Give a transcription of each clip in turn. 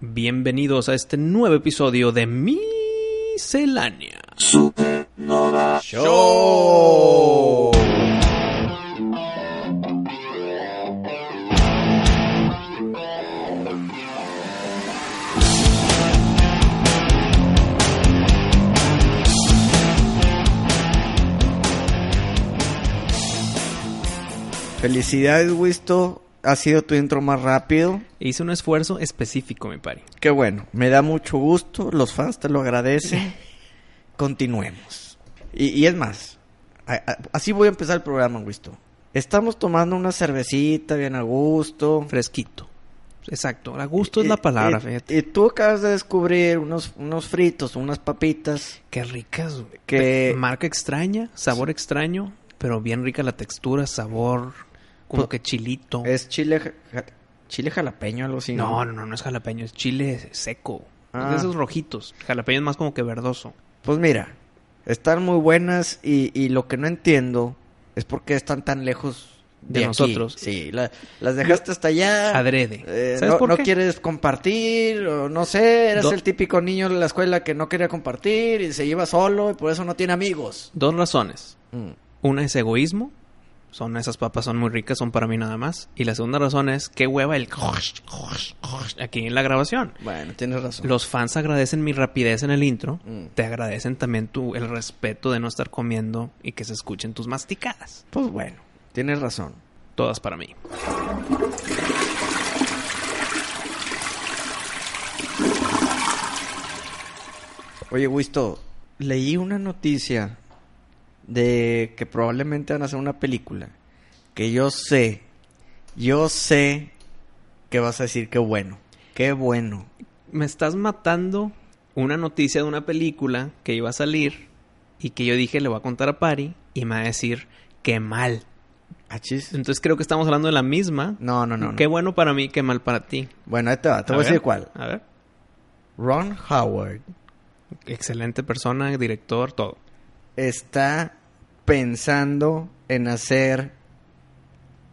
Bienvenidos a este nuevo episodio de Miscelánea Supernova Show. Felicidades, Wisto. Ha sido tu intro más rápido. Hice un esfuerzo específico, mi pari. Qué bueno. Me da mucho gusto. Los fans te lo agradecen. Continuemos. Y, y es más, a- a- así voy a empezar el programa, Wisto. Estamos tomando una cervecita bien a gusto. Fresquito. Exacto. A gusto es Y- la palabra, y- fíjate. Y tú acabas de descubrir unos, unos fritos, unas papitas. Qué ricas, güey. Que- Pe- Marca extraña, sabor extraño, pero bien rica la textura, sabor, como Pues, que chilito. Es chile, ja- ja- chile jalapeño, algo así. No, no, no, no es jalapeño, es chile seco. Ah. Es de esos rojitos. Jalapeño es más como que verdoso. Pues mira, están muy buenas y, y lo que no entiendo es por qué están tan lejos de, De aquí. nosotros. Sí, la- las dejaste hasta allá. Adrede. Eh, ¿Sabes no, por no qué? quieres compartir, o no sé, eras Do- el típico niño de la escuela que no quería compartir y se lleva solo y por eso no tiene amigos. Dos razones. Mm. Una es egoísmo. Son esas papas, son muy ricas, son para mí nada más. Y la segunda razón es qué hueva el aquí en la grabación. Bueno, tienes razón. Los fans agradecen mi rapidez en el intro. Mm. Te agradecen también tu, el respeto de no estar comiendo y que se escuchen tus masticadas. Pues bueno, tienes razón. Todas para mí. Oye, Wisto, leí una noticia de que probablemente van a hacer una película. Que yo sé, yo sé que vas a decir que bueno, qué bueno. Me estás matando una noticia de una película que iba a salir y que yo dije le voy a contar a Pari y me va a decir qué mal. Achis. Entonces creo que estamos hablando de la misma. No, no, no. no. Qué bueno para mí, qué mal para ti. Bueno, ahí te va, te voy a ver, decir cuál. A ver. Ron Howard Excelente persona, director, todo. está pensando en hacer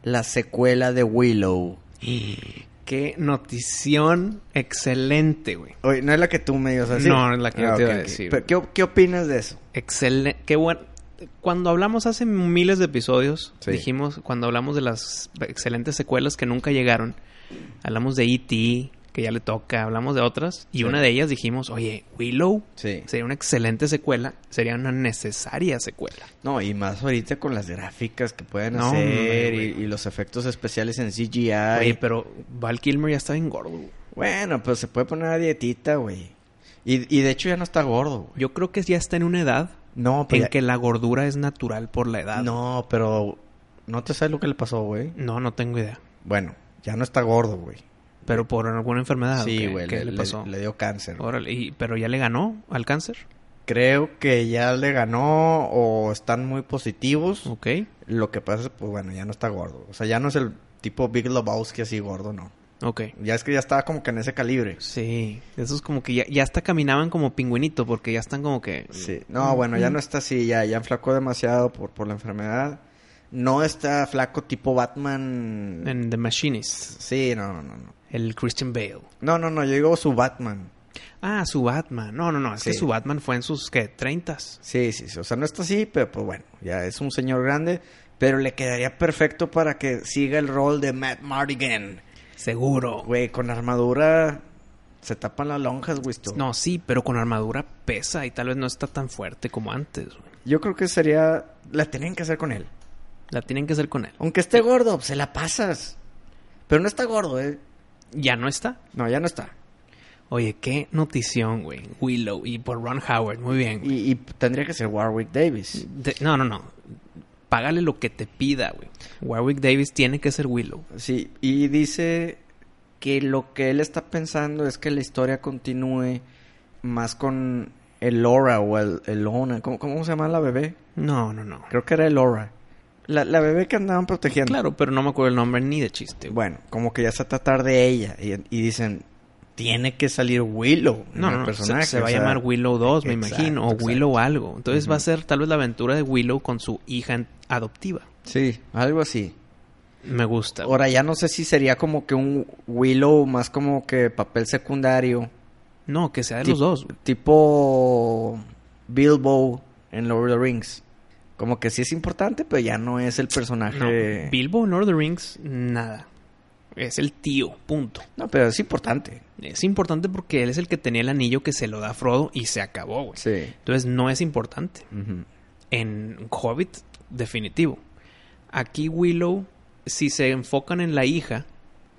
la secuela de Willow. Qué notición excelente, güey. Oye, no es la que tú me ibas a decir. No, es la que yo te iba ok, a ok. decir. Pero, ¿qué, ¿Qué opinas de eso? Excelente. Qué bueno. Cuando hablamos hace miles de episodios, Sí. dijimos, cuando hablamos de las excelentes secuelas que nunca llegaron, hablamos de E.T., que ya le toca, hablamos de otras, y Sí. una de ellas dijimos, oye, Willow Sí. sería una excelente secuela, sería una necesaria secuela. No, y más ahorita con las gráficas que pueden No, hacer hombre, y, güey. y los efectos especiales en CGI. Oye, pero Val Kilmer ya está bien gordo, güey. Bueno, pues se puede poner a dietita, güey. Y, y de hecho ya no está gordo, güey. Yo creo que ya está en una edad No, en pero... Pues ya- que la gordura es natural por la edad. No, pero... No te sabes lo que le pasó, güey. No, no tengo idea. Bueno, ya no está gordo, güey. Pero por alguna enfermedad. ¿o sí, qué? güey. Ah, ¿Qué le, pasó? le dio cáncer. Órale, y- pero ya le ganó al cáncer. Creo que ya le ganó o están muy positivos. Ok. Lo que pasa es, pues bueno, ya no está gordo. O sea, ya no es el tipo Big Lebowski así gordo, no. Ok. Ya es que ya estaba como que en ese calibre. Sí. Esos como que ya, ya hasta caminaban como pingüinito porque ya están como que... Sí. No, bueno, ya no está así, ya, ya enflacó demasiado por, por la enfermedad. No está flaco tipo Batman. En The Machinist. Sí, no, no, no, no. El Christian Bale. No, no, no, yo digo su Batman. Ah, su Batman. No, no, no. Es que Sí. su Batman fue en sus, ¿qué? ¿30s? Sí, sí, sí. O sea, no está así, pero pues bueno, ya es un señor grande. Pero le quedaría perfecto para que siga el rol de Matt Mardigan. Seguro. Güey, con armadura se tapan las lonjas, güey. esto. No, sí, pero con armadura pesa y tal vez no está tan fuerte como antes. güey. Yo creo que sería... La tenían que hacer con él. La tienen que hacer con él. Aunque esté gordo, se la pasas. Pero no está gordo, ¿eh? Ya no está. No, ya no está. Oye, qué notición, güey. Willow y por Ron Howard. Muy bien. güey. Y, y tendría que ser Warwick Davis. De- no, no, no. Págale lo que te pida, güey. Warwick Davis tiene que ser Willow. Sí, y dice que lo que él está pensando es que la historia continúe más con Elora o el, Elona. ¿Cómo, ¿Cómo se llama la bebé? No, no, no. Creo que era Elora. La, la bebé que andaban protegiendo. Claro, pero no me acuerdo el nombre ni de chiste. güey. eh, Bueno, como que ya se va a tratar de ella. Y, y dicen, tiene que salir Willow. en No, el no, no. Se, personaje, se va a o sea, llamar Willow 2, me exacto, imagino, o exacto. Willow algo. Entonces va a Ujú. ser tal vez la aventura de Willow con su hija en- adoptiva. Sí, algo así. Me gusta. güey. Ahora ya no sé si sería como que un Willow más como que papel secundario. No, que sea de Tip- los dos. güey. Tipo Bilbo en Lord of the Rings. Como que sí es importante, pero ya no es el No, personaje. Bilbo en Lord of the Rings, nada. Es el tío, punto. No, pero es importante. Es importante porque él es el que tenía el anillo que se lo da a Frodo y se acabó, güey. Sí. Entonces no es importante. Ujú. En Hobbit, definitivo. Aquí Willow, si se enfocan en la hija,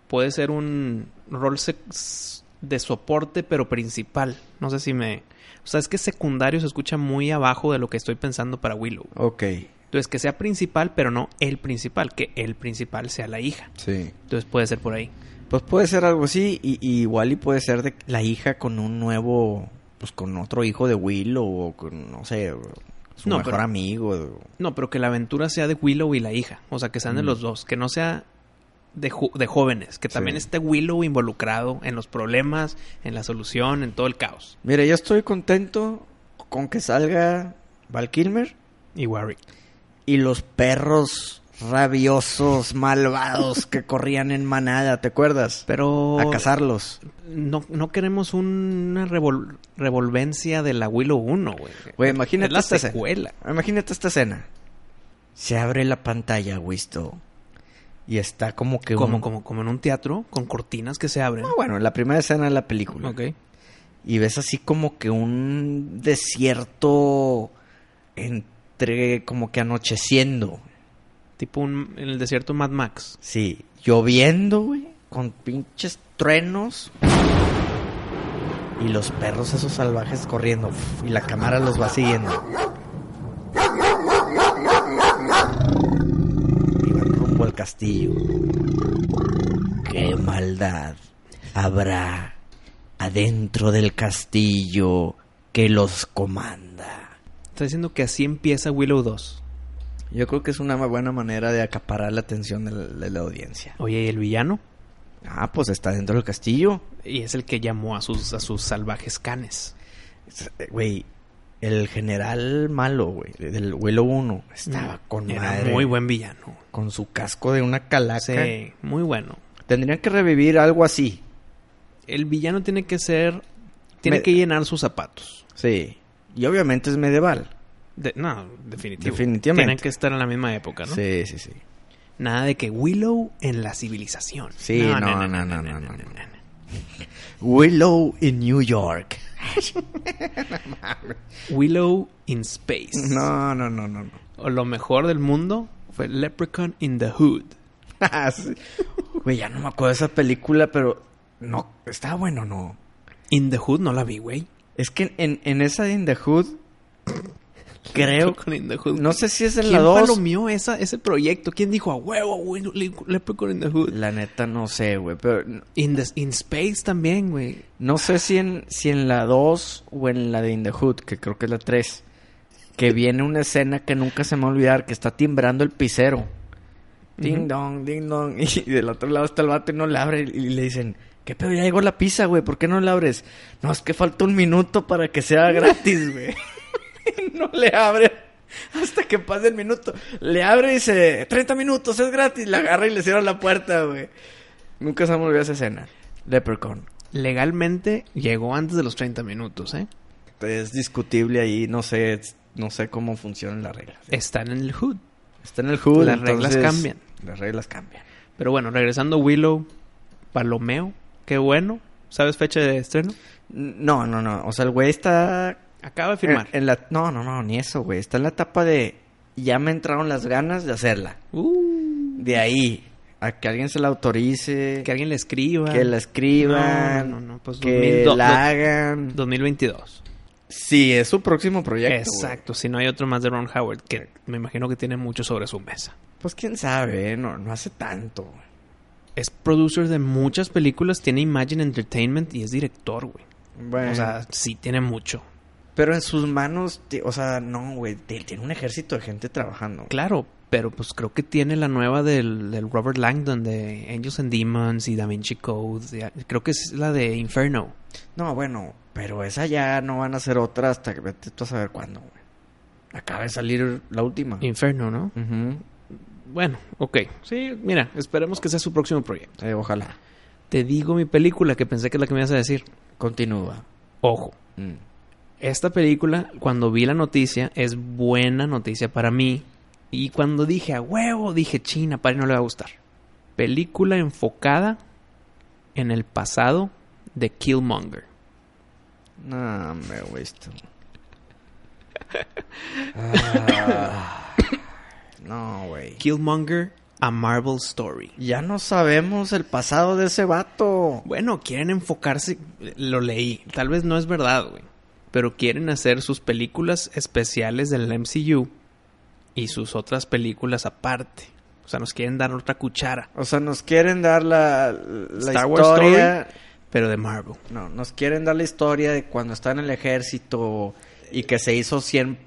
puede ser un rol sec- de soporte, pero principal. No sé si me... O sea, es que secundario se escucha muy abajo de lo que estoy pensando para Willow. Ok. Entonces, que sea principal, pero no el principal. Que el principal sea la hija. Sí. Entonces puede ser por ahí. Pues puede ser algo así, y, y igual y puede ser de que la hija con un nuevo, pues con otro hijo de Willow, o con, no sé, su No, mejor pero- amigo. o- No, pero que la aventura sea de Willow y la hija. O sea, que sean de Mm. los dos. Que no sea de, ju- de jóvenes. Que también Sí. esté Willow involucrado en los problemas, en la solución, en todo el caos. Mira, yo estoy contento con que salga Val Kilmer Y Warwick. y los perros rabiosos, malvados que corrían en manada, ¿te acuerdas? Pero... A cazarlos. No, no queremos una revol- revolvencia de la Willow 1, güey. Güey, imagínate este Es la esta escena. secuela. Imagínate esta escena. Se abre la pantalla, Wisto. Y está como que Como, un- como, como en un teatro, con cortinas que se abren. No, bueno, la primera escena de la película. Ok. Y ves así como que un desierto entre como que anocheciendo. Tipo un, en el desierto Mad Max. Sí, lloviendo, güey, con pinches truenos. Y los perros esos salvajes corriendo. uf, Y la cámara los va siguiendo. Y van rumbo al castillo. ¡Qué maldad habrá adentro del castillo que los comanda! Está diciendo que así empieza Willow 2. Yo creo que es una buena manera de acaparar la atención de la- de la audiencia. Oye, ¿y el villano? Ah, pues está dentro del castillo. Y es el que llamó a sus, a sus salvajes canes. S- eh, Güey, el general malo, güey, del vuelo 1, estaba con Mm, Era madre. muy buen villano. Con su casco de una calaca. Sí, muy bueno. Tendrían que revivir algo así. El villano tiene que ser... Tiene Me- que llenar sus zapatos. Sí. Y obviamente es medieval. De- no, definitivo. Definitivamente. Tienen que estar en la misma época, ¿no? Sí, sí, sí. Nada de que Willow en la civilización. Sí, no, no, no, no, no, no. no. Willow in New York. Willow in Space. No, no, no, no, no. O lo mejor del mundo fue Leprechaun in the Hood. Sí. Güey, ya no me acuerdo de esa película, pero no, está bueno, no. In the Hood no la vi, güey. Es que en, en esa de In the Hood, creo, Leprechaun in the Hood. no sé si es en ¿Quién la 2 palomeó esa, ese proyecto? ¿Quién dijo a huevo, güey, Le- Leprechaun in the Hood? La neta no sé, güey, pero n- In, the- in Space también, güey. no sé si en, si en la 2 o en la de In the Hood, que creo que es la 3, que viene una escena que nunca se me va a olvidar, que está timbrando el pisero. Ding Ujú. dong, ding dong, y del otro lado está el vato y no la abre y le dicen, ¿qué pedo? Ya llegó la pizza, güey, ¿por qué no la abres? No, es que falta un minuto para que sea gratis, güey. Y no le abre. Hasta que pase el minuto. Le abre y dice, 30 minutos, es gratis. La agarra y le cierra la puerta, güey. Nunca se me olvidó esa escena. Leprechaun. Legalmente llegó antes de los 30 minutos, ¿eh? Es discutible ahí, no sé, no sé cómo funcionan las reglas. Están en el Hood. Está en el hood, Eh, Las reglas entonces, cambian. Las reglas cambian. Pero bueno, regresando Willow, Palomeo, qué bueno. ¿Sabes fecha de estreno? No, no, no. O sea, el güey está Acaba de firmar. En, en la, no, no, no, ni eso, güey. Está en la etapa de ya me entraron las ganas de hacerla. Uh, De ahí a que alguien se la autorice, que que, alguien le escriba. la escriban, No, no, no, pues que 2002, do- la hagan. 2022. Sí, es su próximo proyecto. Exacto, si no hay otro más de Ron Howard, que me imagino que tiene mucho sobre su mesa. güey. Pues quién sabe, ¿eh? no, no hace tanto. güey. Es producer de muchas películas, tiene Imagine Entertainment y es director, güey. Bueno, O sea, sí tiene mucho. pero en sus manos, ti- o sea, no, güey, ti- tiene un ejército de gente trabajando. güey. Claro, pero pues creo que tiene la nueva del, del Robert Langdon de Angels and Demons y Da Vinci Code. y- creo que es la de Inferno. No, bueno, pero esa ya no van a hacer otra hasta que vete tú a saber cuándo, güey. Acaba de salir la última. Inferno, ¿no? Ujú. Bueno, ok. Sí, mira, esperemos que sea su próximo proyecto. Eh, ojalá. Te digo mi película que pensé que es la que me ibas a decir. Continúa. Ojo, Mm. esta película, cuando vi la noticia, es buena noticia para mí. Y cuando dije a huevo, dije China, para no le va a gustar. Película enfocada en el pasado de Killmonger. No, me gusta. Ah, no, güey. Killmonger, a Marvel Story. Ya no sabemos el pasado de ese vato. Bueno, quieren enfocarse, lo leí, tal vez no es verdad, güey, pero quieren hacer sus películas especiales del MCU y sus otras películas aparte. O sea, nos quieren dar otra cuchara, O sea, nos quieren dar la, la Star Wars historia. pero de Marvel. No, nos quieren dar la historia de cuando está en el ejército y que se hizo 100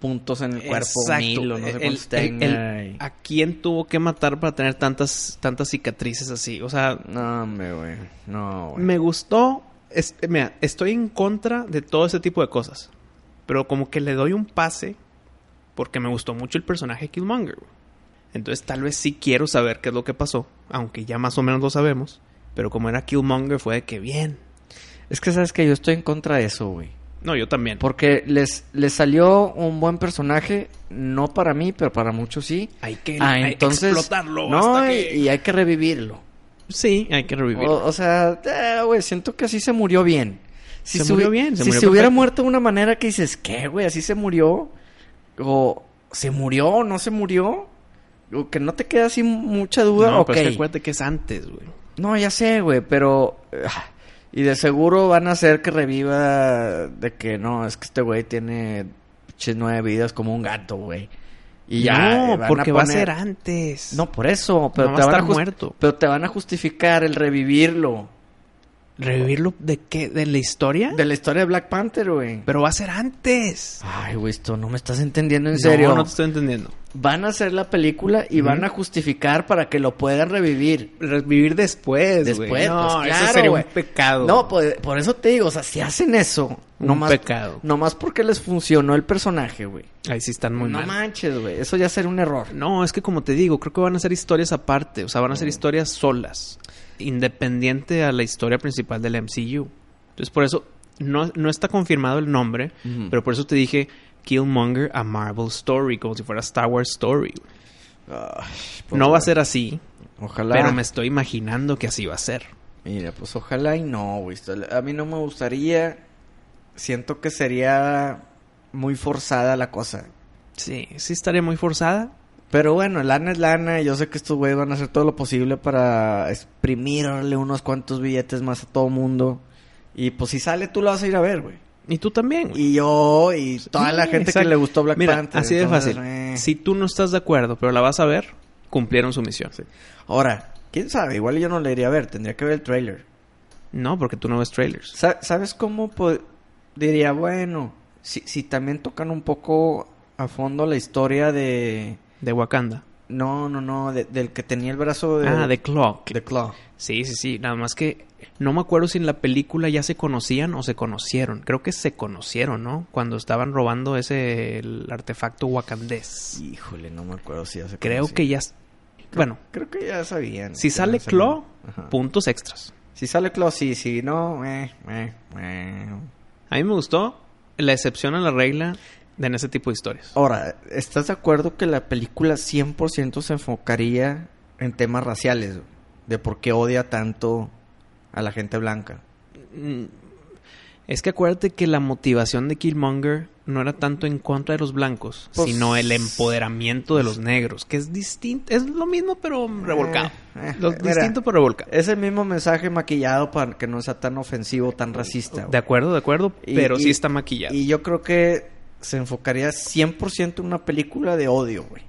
puntos en el cuerpo, mil o no sé El- cuántos el- tenga el- y- ¿A quién tuvo que matar para tener tantas, tantas cicatrices así? O sea, No, hombre, güey. No, güey. me gustó. es- mira, estoy en contra de todo ese tipo de cosas. Pero como que le doy un pase porque me gustó mucho el personaje de Killmonger. güey. Entonces tal vez sí quiero saber qué es lo que pasó. Aunque ya más o menos lo sabemos. Pero como era Killmonger fue de que bien. Es que sabes que yo estoy en contra de eso, güey. No, yo también. Porque les, les salió un buen personaje, no para mí, pero para muchos sí. Hay que Ah, hay que entonces, explotarlo. No, hasta y, que- y Oh, hay que revivirlo. Sí, hay que revivirlo. O, o sea, eh, güey, siento que así se murió bien. Si Se se murió hubi- bien, se si murió se hubiera perfecto. muerto de una manera que dices, ¿qué, güey? Así se murió. O se murió o no se murió. O que no te queda así mucha duda. No, oh, pues, ok. pero es que acuérdate que es antes, güey. No, ya sé, güey, pero... ah, Y de seguro van a hacer que reviva de que no, es que este güey tiene pinches nueve vidas como un gato, güey. Y ya... eh, no, van porque va a poner- ser antes. No, por eso, pero, No te va a van a estar jus- muerto. pero te van a justificar el revivirlo ¿Revivirlo de qué? ¿De la historia? de la historia de Black Panther, güey. Pero va a ser antes. Ay, güey, esto no me estás entendiendo en serio. No, no te estoy entendiendo. Van a hacer la película y van a justificar para que lo puedan revivir. Revivir después, después. güey. No, pues, eso claro, sería güey. un pecado. No, pues, por, por eso te digo, o sea, si hacen eso, Un nomás, pecado. nomás porque les funcionó el personaje, güey. Ahí sí están No muy mal. manches, güey. Eso ya sería un error. No, es que como te digo, creo que van a ser historias aparte. O sea, van a ser historias solas. Independiente a la historia principal del MCU. Entonces, por eso, no, no está confirmado el nombre. Ujú. Pero por eso te dije Killmonger a Marvel Story. Como si fuera Star Wars Story. güey. Ay, pues, No va a güey. ser así. Ojalá. Pero me estoy imaginando que así va a ser. Mira, pues ojalá y no, güey. Esto- A mí no me gustaría. Siento que sería muy forzada la cosa. Sí, sí estaría muy forzada. Pero bueno, lana es lana. y Yo sé que estos güeyes van a hacer todo lo posible para exprimirle unos cuantos billetes más a todo mundo. Y pues si sale, tú lo vas a ir a ver, güey. Y tú también, güey. Y yo y toda la Sí, gente exacto. que le gustó Black Mira, Panther. Así de entonces, fácil. eh. Si tú no estás de acuerdo, pero la vas a ver, cumplieron su misión. Sí. Ahora, quién sabe, igual yo no le iría a ver, tendría que ver el trailer. No, porque tú no ves trailers. Sa- ¿Sabes cómo po- diría, bueno, si, si también tocan un poco a fondo la historia de... De Wakanda. No, no, no, de- del que tenía el brazo de... Ah, de Claw. de Claw. Sí, sí, sí. Nada más que no me acuerdo si en la película ya se conocían o se conocieron. Creo que se conocieron, ¿no? Cuando estaban robando ese el artefacto wakandés. Híjole, no me acuerdo si ya se Creo conocían. que ya... s- Bueno, Creo que ya sabían. si ya sale sabían. Claw, Ajá. puntos extras. Si sale Claw, sí, sí, no, eh, eh, eh. A mí me gustó la excepción a la regla de en ese tipo de historias. Ahora, ¿estás de acuerdo que la película 100% se enfocaría en temas raciales? güey? De por qué odia tanto a la gente blanca. Mm, Es que acuérdate que la motivación de Killmonger no era tanto en contra de los blancos, Pues- sino el empoderamiento de los negros, que es distinto, es lo mismo pero revolcado. Eh, eh, Lo- mira. Eh, distinto pero revolcado. Es el mismo mensaje maquillado para que no sea tan ofensivo, tan racista. güey. De acuerdo, de acuerdo, Y- pero y- sí está maquillado. Y yo creo que se enfocaría 100% en una película de odio, güey.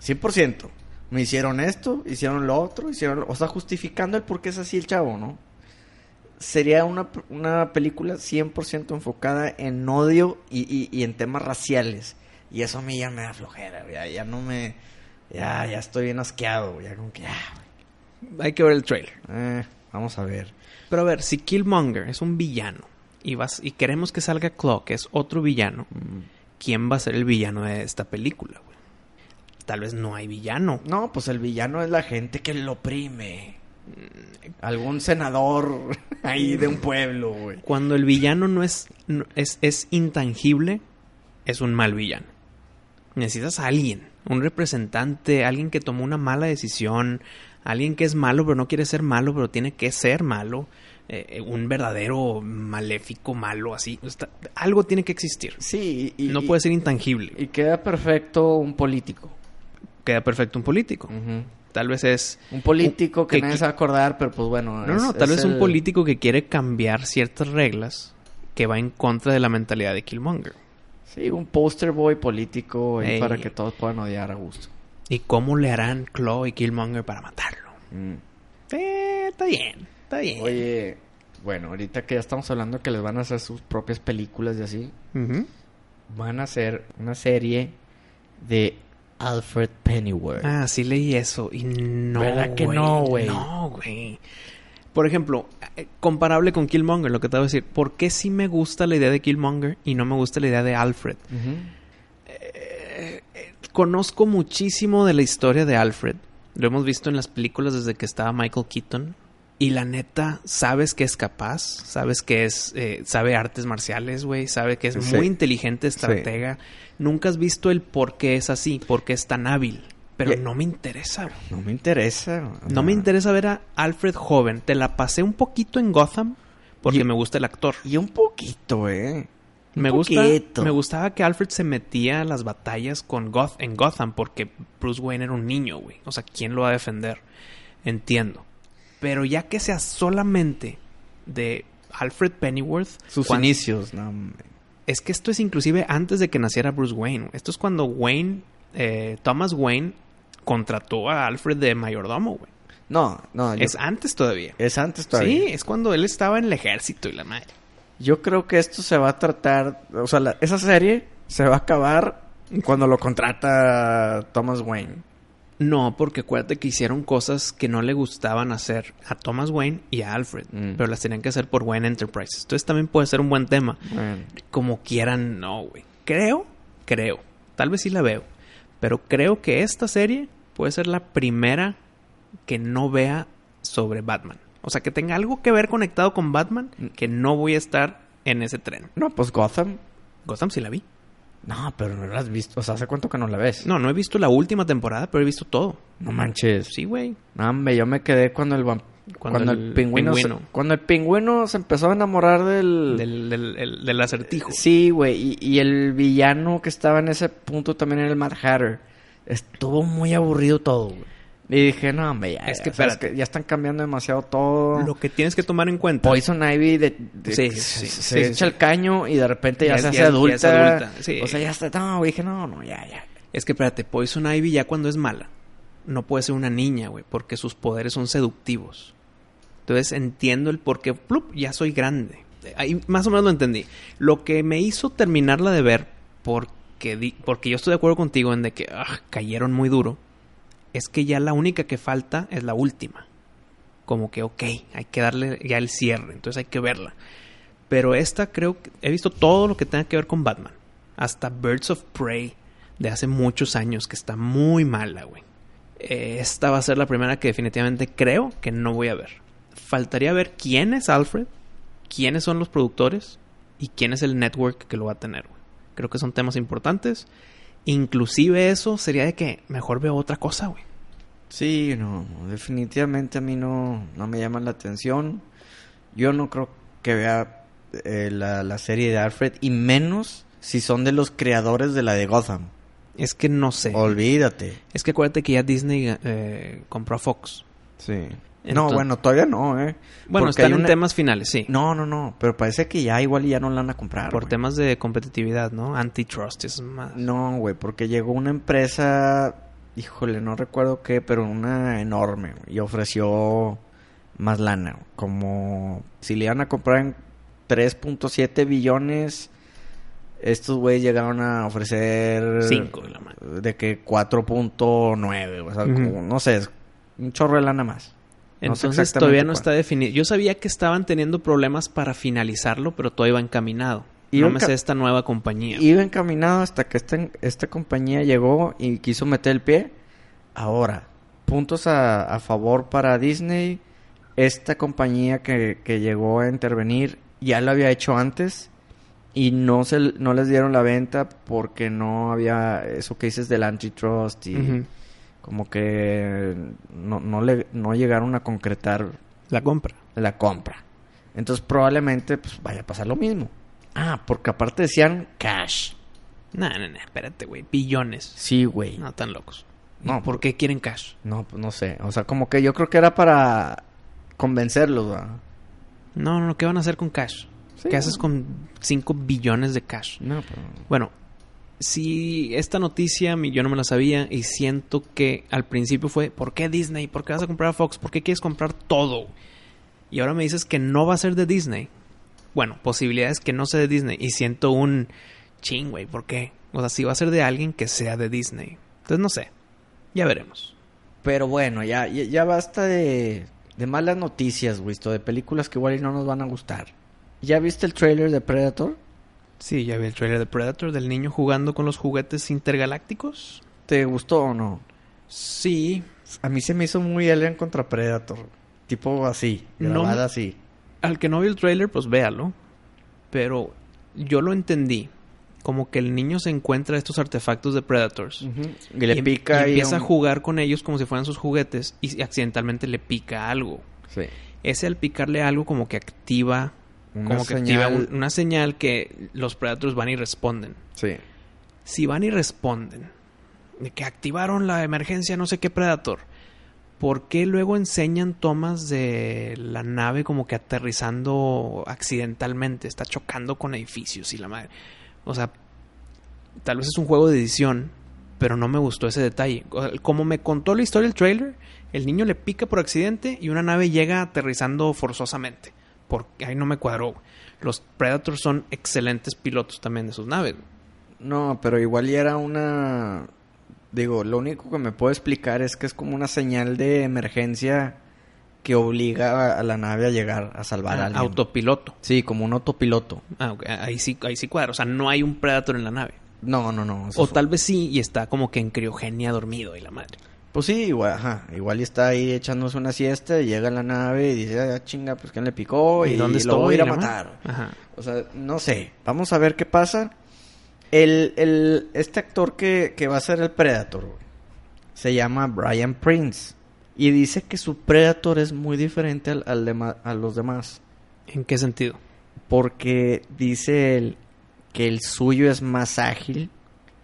100%. Me hicieron esto, hicieron lo otro, hicieron lo... O sea, justificando el por qué es así el chavo, ¿no? Sería una, una película 100% enfocada en odio y, y- y en temas raciales. Y eso a mí ya me da flojera, güey. Ya, ya no me... Ya, ya estoy bien asqueado, güey. Ya como que... ah, Hay que ver el trailer. güey. Eh, vamos a ver. Pero a ver, si Killmonger es un villano y vas y queremos que salga Mm. Claw, que es otro villano, ¿quién va a ser el villano de esta película, güey? tal vez no hay villano. No, pues el villano es la gente que lo oprime. Algún senador ahí de un pueblo, güey. Cuando el villano no es, no- es, es intangible, es un mal villano. Necesitas a alguien, un representante, alguien que tomó una mala decisión, alguien que es malo pero no quiere ser malo, pero tiene que ser malo, eh, eh, un verdadero maléfico malo, así. Está- algo tiene que existir. Sí, y, No y- puede ser intangible. y queda perfecto un político. Queda perfecto un político. Tal vez es... Un político que, que- nadie que- se va a acordar, pero pues bueno. No, es- no, tal es vez un el- político que quiere cambiar ciertas reglas que va en contra de la mentalidad de Killmonger. Sí, un poster boy político ahí Ey. para que todos puedan odiar a gusto. ¿Y cómo le harán Claw y Killmonger para matarlo? Eh, está bien, está bien. Mm. Oye, bueno, ahorita que ya estamos hablando que les van a hacer sus propias películas y así, Ujú. van a hacer una serie de Alfred Pennyworth. Ah, sí leí eso. Y no. ¿Verdad que no, güey? No, güey. Por ejemplo, eh, comparable con Killmonger, lo que te voy a decir. ¿Por qué sí me gusta la idea de Killmonger y no me gusta la idea de Alfred? Ujú. Conozco muchísimo de la historia de Alfred. Lo hemos visto en las películas desde que estaba Michael Keaton. Y la neta, sabes que es capaz, sabes que es, eh, sabe artes marciales, güey, sabe que es Sí. muy inteligente, estratega. Nunca has visto el por qué es así, por qué es tan hábil. Pero Y- no me interesa, güey. No me interesa. o sea, No me interesa ver a Alfred joven. Te la pasé un poquito en Gotham porque Y- me gusta el actor. Y un poquito, eh. Un Me, gusta, poquito. me gustaba que Alfred se metía a las batallas con Goth en Gotham porque Bruce Wayne era un niño, güey. O sea, ¿quién lo va a defender? Entiendo. Pero ya que sea solamente de Alfred Pennyworth, Sus cuan- inicios, no. hombre. es que esto es inclusive antes de que naciera Bruce Wayne. Esto es cuando Wayne, eh, Thomas Wayne, contrató a Alfred de mayordomo, güey. No, no. yo- Es antes todavía. es antes todavía. Sí, es cuando él estaba en el ejército y la madre. Yo creo que esto se va a tratar, o sea, la- esa serie se va a acabar cuando lo contrata Thomas Wayne. No, porque acuérdate que hicieron cosas que no le gustaban hacer a Thomas Wayne y a Alfred, Mm. pero las tenían que hacer por Wayne Enterprises. Entonces también puede ser un buen tema. Como quieran, no, güey. Creo, creo. Tal vez sí la veo. Pero creo que esta serie puede ser la primera que no vea sobre Batman. O sea, que tenga algo que ver conectado con Batman, Mm. que no voy a estar en ese tren. No, pues Gotham. Gotham sí la vi. No, pero no la has visto, o sea, ¿hace cuánto que no la ves? No, no he visto la última temporada, pero he visto todo. No manches. Sí, güey. No, hombre, yo me quedé cuando el vam- cuando, Cuando el, el pingüino, se- pingüino. cuando el pingüino se empezó a enamorar del, Del, del- del- del acertijo. Sí, güey, y, y el villano que estaba en ese punto también era el Mad Hatter. Estuvo muy aburrido todo, güey. Y dije, no, hombre, ya, Es que o sea, espérate. ya están cambiando demasiado todo. Lo que tienes que tomar en cuenta. Poison Ivy de, de- Sí, se- sí, se sí, sí, echa sí. el caño y de repente ya, Ya se es- hace ya es- ya adulta. es adulta, sí. O sea, ya está. No, güey, dije, no, no, ya, ya. Es que espérate, Poison Ivy ya cuando es mala, no puede ser una niña, güey, porque sus poderes son seductivos. Entonces entiendo el por qué, plup, ya soy grande. Ahí más o menos lo entendí. Lo que me hizo terminarla de ver, porque, di- porque yo estoy de acuerdo contigo en de que ah, cayeron muy duro, es que ya la única que falta es la última. Como que, ok, hay que darle ya el cierre, entonces hay que verla. Pero esta creo que he visto todo lo que tenga que ver con Batman. Hasta Birds of Prey de hace muchos años, que está muy mala, güey. Eh, Esta va a ser la primera que definitivamente creo que no voy a ver. Faltaría ver quién es Alfred, quiénes son los productores y quién es el network que lo va a tener, güey. Creo que son temas importantes. Inclusive eso sería de que mejor veo otra cosa, güey. Sí, no, definitivamente a mí no, no me llama la atención. Yo no creo que vea eh, la, la serie de Alfred, y menos si son de los creadores de la de Gotham. Es que no sé. Olvídate. Es que acuérdate que ya Disney eh, compró a Fox. Sí. no, Entonces- bueno, todavía no, ¿eh? Bueno, Porque están hay en una- temas finales, sí. No, no, no, pero parece que ya igual y ya no la van a comprar. Por güey. temas de competitividad, ¿no? Antitrust, es más. No, güey, porque llegó una empresa, híjole, no recuerdo qué, pero una enorme, güey, y ofreció más lana, güey, como si le iban a comprar en 3.7 billones, estos güeyes llegaron a ofrecer... Cinco de la mano. De que 4.9, güey, o sea, Ujú. como, no sé, es un chorro de lana más. No sé Entonces exactamente todavía no cuál. está definido. Yo sabía que estaban teniendo problemas para finalizarlo, pero todo iba encaminado. no Iba me enca- sé esta nueva compañía. Iba encaminado hasta que esta, esta compañía llegó y quiso meter el pie. Ahora, puntos a, a favor para Disney. Esta compañía que, que llegó a intervenir ya lo había hecho antes y no, se, no les dieron la venta porque no había eso que dices del antitrust y Ujú. como que no, no, le, no llegaron a concretar La compra. la compra. Entonces probablemente pues, vaya a pasar lo mismo. Ah, porque aparte decían cash. No, no, no, espérate, güey. Billones. Sí, güey. No, tan locos. No, pues. ¿Por qué quieren cash? No, pues no sé. O sea, como que yo creo que era para convencerlos, ¿va? No, no, ¿qué van a hacer con cash? Sí, ¿Qué no. haces con 5 billones de cash? No, pero... Bueno, si esta noticia mi- yo no me la sabía y siento que al principio fue, ¿por qué Disney? ¿Por qué vas a comprar a Fox? ¿Por qué quieres comprar todo? Y ahora me dices que no va a ser de Disney. Bueno, posibilidades que no sea de Disney y siento un ching, güey, ¿por qué? O sea, si va a ser de alguien que sea de Disney. Entonces no sé. Ya veremos. Pero bueno, ya, ya, ya basta de, de malas noticias, güey. esto De películas que igual y no nos van a gustar. ¿Ya viste el trailer de Predator? Sí, ya vi el trailer de Predator del niño jugando con los juguetes intergalácticos. ¿Te gustó o no? Sí, A mí se me hizo muy Alien contra Predator. Tipo así, No grabada me- así. Al que no vio el trailer, pues véalo. Pero yo lo entendí. Como que el niño se encuentra estos artefactos de Predators. Y le em- pica y ahí empieza un- a jugar con ellos como si fueran sus juguetes. Y accidentalmente le pica algo. Sí. Ese al picarle algo como que activa. Una como que activa señal- un- una señal que los Predators van y responden. Sí. Si van y responden. De que activaron la emergencia, no sé qué Predator. ¿Por qué luego enseñan tomas de la nave como que aterrizando accidentalmente? Está chocando con edificios y la madre. O sea, tal vez es un juego de edición, pero no me gustó ese detalle. O sea, Como me contó la historia el trailer, el niño le pica por accidente y una nave llega aterrizando forzosamente. Porque ahí no me cuadró. Los Predators son excelentes pilotos también de sus naves. No, pero igual y era una... Digo, lo único que me puedo explicar es que es como una señal de emergencia que obliga a- a la nave a llegar a salvar a Ah, alguien. autopiloto. Sí, como un autopiloto. Ah, ok. Ahí sí, ahí sí cuadra. O sea, no hay un Predator en la nave. No, no, no. eso O fue- tal vez sí y está como que en criogenia dormido y la madre. Pues sí, igual, ajá. Igual y está ahí echándose una siesta y llega la nave y dice, ah, chinga, pues ¿quién le picó? Y, dónde lo voy a ir estoy? a Y la madre. matar. Ajá. O sea, no sé. Vamos a ver qué pasa. El, el, este actor que, que va a ser el Predator, güey, se llama Brian Prince. Y dice que su Predator es muy diferente al, al dema- a los demás. ¿En qué sentido? Porque dice él que el suyo es más ágil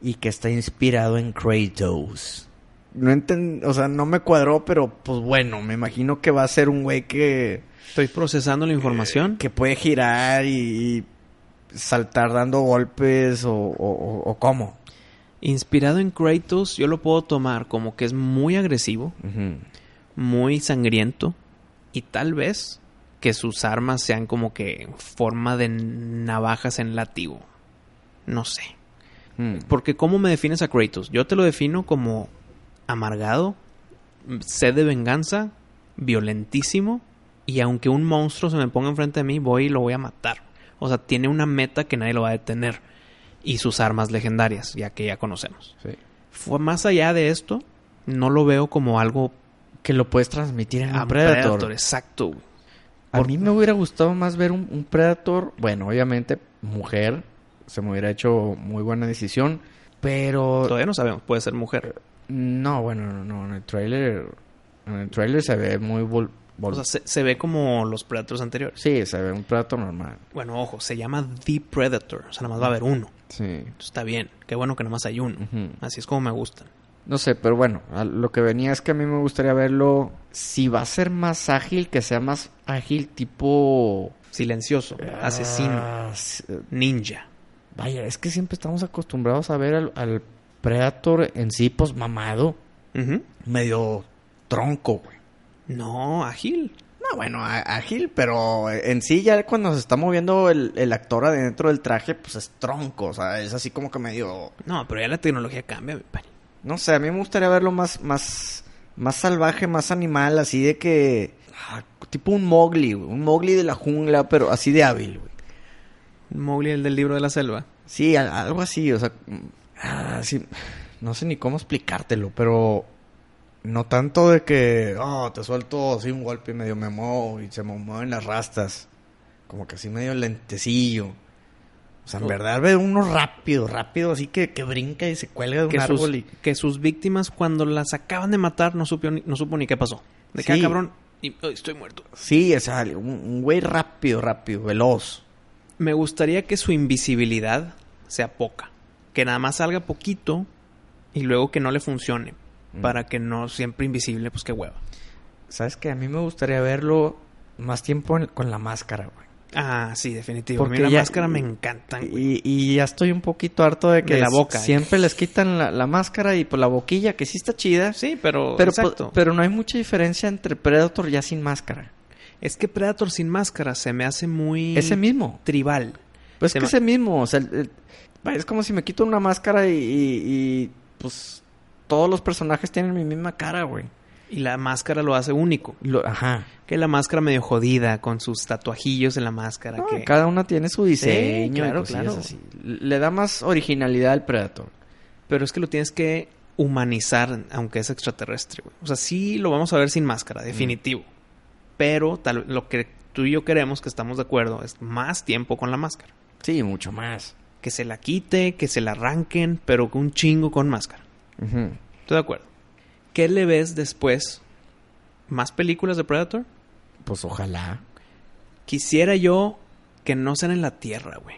y que está inspirado en Kratos. No enten- o sea, no me cuadró, pero pues bueno, me imagino que va a ser un güey que Estoy procesando Eh, la información. que puede girar y, y saltar dando golpes o, o- o- o cómo. Inspirado en Kratos, yo lo puedo tomar como que es muy agresivo, muy sangriento y tal vez que sus armas sean como que en forma de navajas en látigo. No sé. Mm. Porque ¿cómo me defines a Kratos? Yo te lo defino como amargado, sed de venganza, violentísimo y aunque un monstruo se me ponga enfrente de mí, voy y lo voy a matar. O sea, tiene una meta que nadie lo va a detener y sus armas legendarias, ya que ya conocemos. Fue más allá de esto, no lo veo como algo Que lo puedes transmitir en a un Predator. exacto. güey. A mí me hubiera gustado más ver un, un Predator. Bueno, obviamente, mujer. Se me hubiera hecho muy buena decisión. Pero. Todavía no sabemos, puede ser mujer. No, bueno, no, no. En el trailer. En el trailer se ve muy. vol- O vol- sea, se, se ve como los Predators anteriores. sí, se ve un Predator normal. Bueno, ojo, se llama The Predator, o sea, nada más va a haber uno. Sí. Está bien, qué bueno que nada más hay uno. Ujú. Así es como me gustan. No sé, pero bueno, a lo que venía es que a mí me gustaría verlo. Si va a ser más ágil, que sea más ágil, tipo. Silencioso, asesino, Ah, s- eh, ninja. Vaya, es que siempre estamos acostumbrados a ver al, al Predator en sí, pues mamado, Ujú. medio tronco, güey. No, ágil. No, bueno, á- ágil, pero en sí ya cuando se está moviendo el, el actor adentro del traje, pues es tronco, o sea, es así como que medio. No, pero ya la tecnología cambia, mi pari. No sé, a mí me gustaría verlo más, más, más salvaje, más animal, así de que. ah, tipo un Mowgli, güey, un Mowgli de la jungla, pero así de hábil, güey. Mowgli, el del libro de la selva. Sí, a- algo así, o sea, mm, ah, sí, no sé ni cómo explicártelo, pero no tanto de que, oh, te suelto así un golpe y medio me muevo y se me mueven las rastas, como que así medio lentecillo. O sea, en Oh. verdad ve uno rápido, rápido, así que, que brinca y se cuelga de un Que sus, árbol y... que sus víctimas, cuando las acaban de matar, no, supo ni, no supo ni qué pasó. De que, Sí. "Ah, cabrón, y, "Ay, estoy muerto. Sí, o sea, un, un güey rápido, rápido, veloz. Me gustaría que su invisibilidad sea poca. Que nada más salga poquito y luego que no le funcione. Mm. Para que no siempre invisible, pues qué hueva. ¿Sabes que A mí me gustaría verlo más tiempo en- con la máscara, güey. Ah, sí, definitivo. Porque a mí la ya- máscara me encantan. güey. Y, y ya estoy un poquito harto de que De la s- boca, ¿eh? siempre les quitan la, la máscara y pues la boquilla, que sí está chida. Sí, pero, pero, po- exacto. pero no hay mucha diferencia entre Predator ya sin máscara. es que Predator sin máscara se me hace muy Ese mismo. tribal. Pues Se es que ma- ese mismo. O sea, el- el- vaya, es como si me quito una máscara y, y- y, pues todos los personajes tienen mi misma cara, güey. Y la máscara lo hace único. Lo- ajá. Que la máscara medio jodida, con sus tatuajillos en la máscara. No, que... Cada una tiene su diseño. y claro, cosillas claro. así. Le da más originalidad al Predator. Pero es que lo tienes que humanizar, aunque es extraterrestre, güey. O sea, sí lo vamos a ver sin máscara, definitivo. Pero tal, lo que tú y yo queremos, que estamos de acuerdo, es más tiempo con la máscara. Sí, mucho más. Que se la quite, que se la arranquen, pero que un chingo con máscara. Ujú. Estoy de acuerdo. ¿Qué le ves después? ¿Más películas de Predator? Pues ojalá. Quisiera yo que no sean en la Tierra, güey.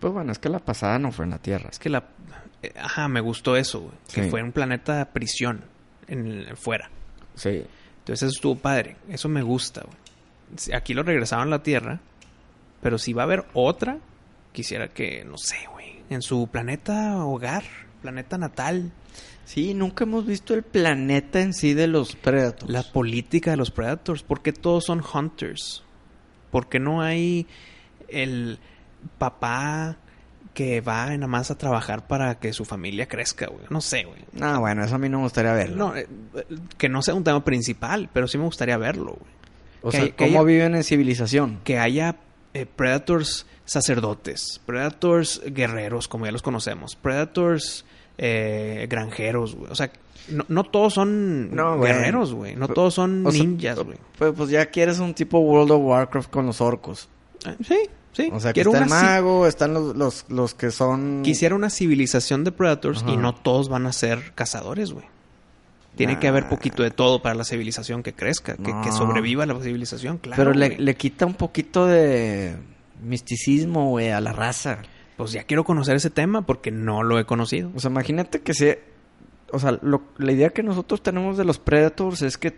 Pues bueno, es que la pasada no fue en la Tierra. Es que la... eh, Ajá, me gustó eso, güey. Que Sí. fue un planeta prisión, en, fuera. Sí. Entonces eso estuvo padre. Eso me gusta, güey. Si- Aquí lo regresaron a la Tierra. Pero si va a haber otra, quisiera que, no sé, güey. En su planeta hogar, planeta natal. Sí, nunca hemos visto el planeta en sí de los Predators. La política de los Predators. ¿Por qué todos son Hunters? ¿Por qué no hay el papá que va nada más a trabajar para que su familia crezca, güey? No sé, güey. Ah, bueno, eso a mí no me gustaría verlo. No, eh, eh, que no sea un tema principal, pero sí me gustaría verlo, güey. o que sea, hay- que ¿cómo haya- viven en civilización? que haya eh, Predators sacerdotes, Predators guerreros, como ya los conocemos, Predators eh, granjeros, güey. O sea, no, no todos son No, güey. guerreros, güey. No todos son O sea, ninjas, güey. Pues, pues ya quieres un tipo World of Warcraft con los orcos. Ah, Sí, sí. O sea, que Quiero está una el ci- mago, están los, los, los que son... Quisiera una civilización de Predators y Ajá. no todos van a ser cazadores, güey. Tiene que haber Nah. poquito de todo para la civilización que crezca, que, que No. sobreviva la civilización, claro. Pero le, güey. le quita un poquito de misticismo, güey, a la raza. Pues ya quiero conocer ese tema porque no lo he conocido. O sea, imagínate que se... O sea, lo- la idea que nosotros tenemos de los Predators es que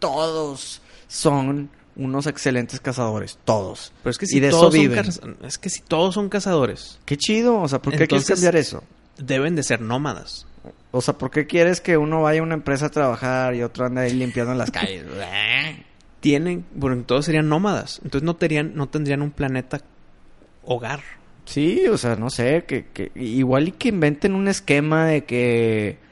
todos son unos excelentes cazadores. Todos. Pero es que Y si de eso todos son viven. caz- es que si todos son cazadores, Qué chido. O sea, ¿por qué Entonces- quieres cambiar eso? deben de ser nómadas. O sea, ¿por qué quieres que uno vaya a una empresa a trabajar y otro anda ahí limpiando en las calles? Tienen, bueno, todos serían nómadas. Entonces no tendrían, no tendrían un planeta hogar. sí, o sea, no sé. Que, que- igual y que inventen un esquema de que...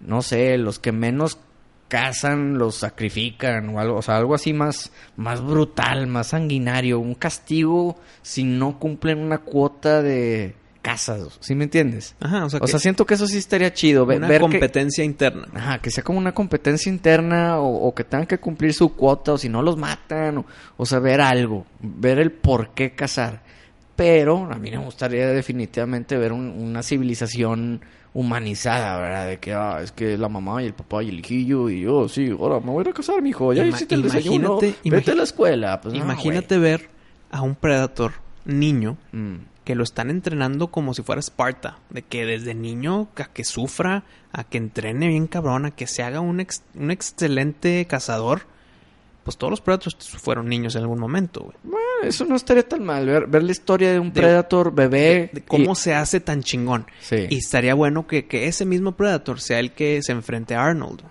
No sé, los que menos cazan los sacrifican o algo, o sea, algo así más, más brutal, más sanguinario, un castigo si no cumplen una cuota de cazas, ¿sí me entiendes? Ajá, o sea, O que sea, siento que eso sí estaría chido, ve- una ver que- competencia interna. Ajá, que sea como una competencia interna o, o que tengan que cumplir su cuota o si no los matan o, o sea, ver algo, ver el por qué cazar. Pero a mí me gustaría definitivamente ver un- una civilización humanizada, ¿verdad? De que, ah, es que la mamá y el papá y el hijillo y yo, sí, ahora me voy a ir a casar, mijo, ya Ima- hiciste el desayuno, imagínate- vete a imagi- la escuela. Pues, no, Imagínate ver a un predator niño güey. Mm. que lo están entrenando como si fuera Esparta, de que desde niño a que sufra, a que entrene bien cabrón, a que se haga un, ex- un excelente cazador. Pues todos los predators fueron niños en algún momento, güey. Ah, Eso no estaría tan mal, ver, ver la historia de un De- predator bebé. de cómo Eh, y- se hace tan chingón. Sí. Y estaría bueno que, que ese mismo Predator sea el que se enfrente a Arnold.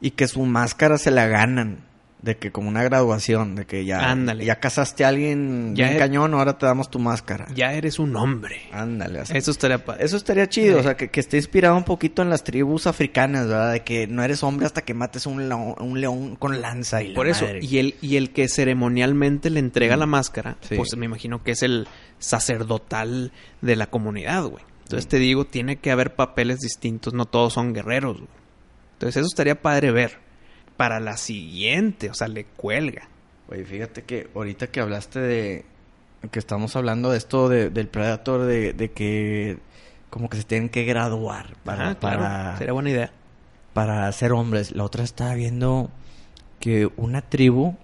y que su máscara se la ganan. De que como una graduación, de que ya, Ándale. ya casaste a alguien Ya bien er- cañón, ahora te damos tu máscara. Ya eres un hombre. Ándale, así. Eso estaría padre. Eso estaría chido, Sí. o sea, que, que esté inspirado un poquito en las tribus africanas, ¿verdad? De que no eres hombre hasta que mates un león, un león con lanza y la Por eso, madre. Mm, y el, y el que ceremonialmente le entrega la máscara, Sí. pues me imagino que es el sacerdotal de la comunidad, güey. Entonces te digo, tiene que haber papeles distintos, no todos son guerreros, güey. Entonces eso estaría padre ver. Para la siguiente, o sea, le cuelga. Oye, fíjate que ahorita que hablaste de... Que estamos hablando de esto de- del Predator, de, de que... Como que se tienen que graduar para... Ajá, Ah, claro, para- Sería buena idea. para ser hombres. La otra estaba viendo que una tribu,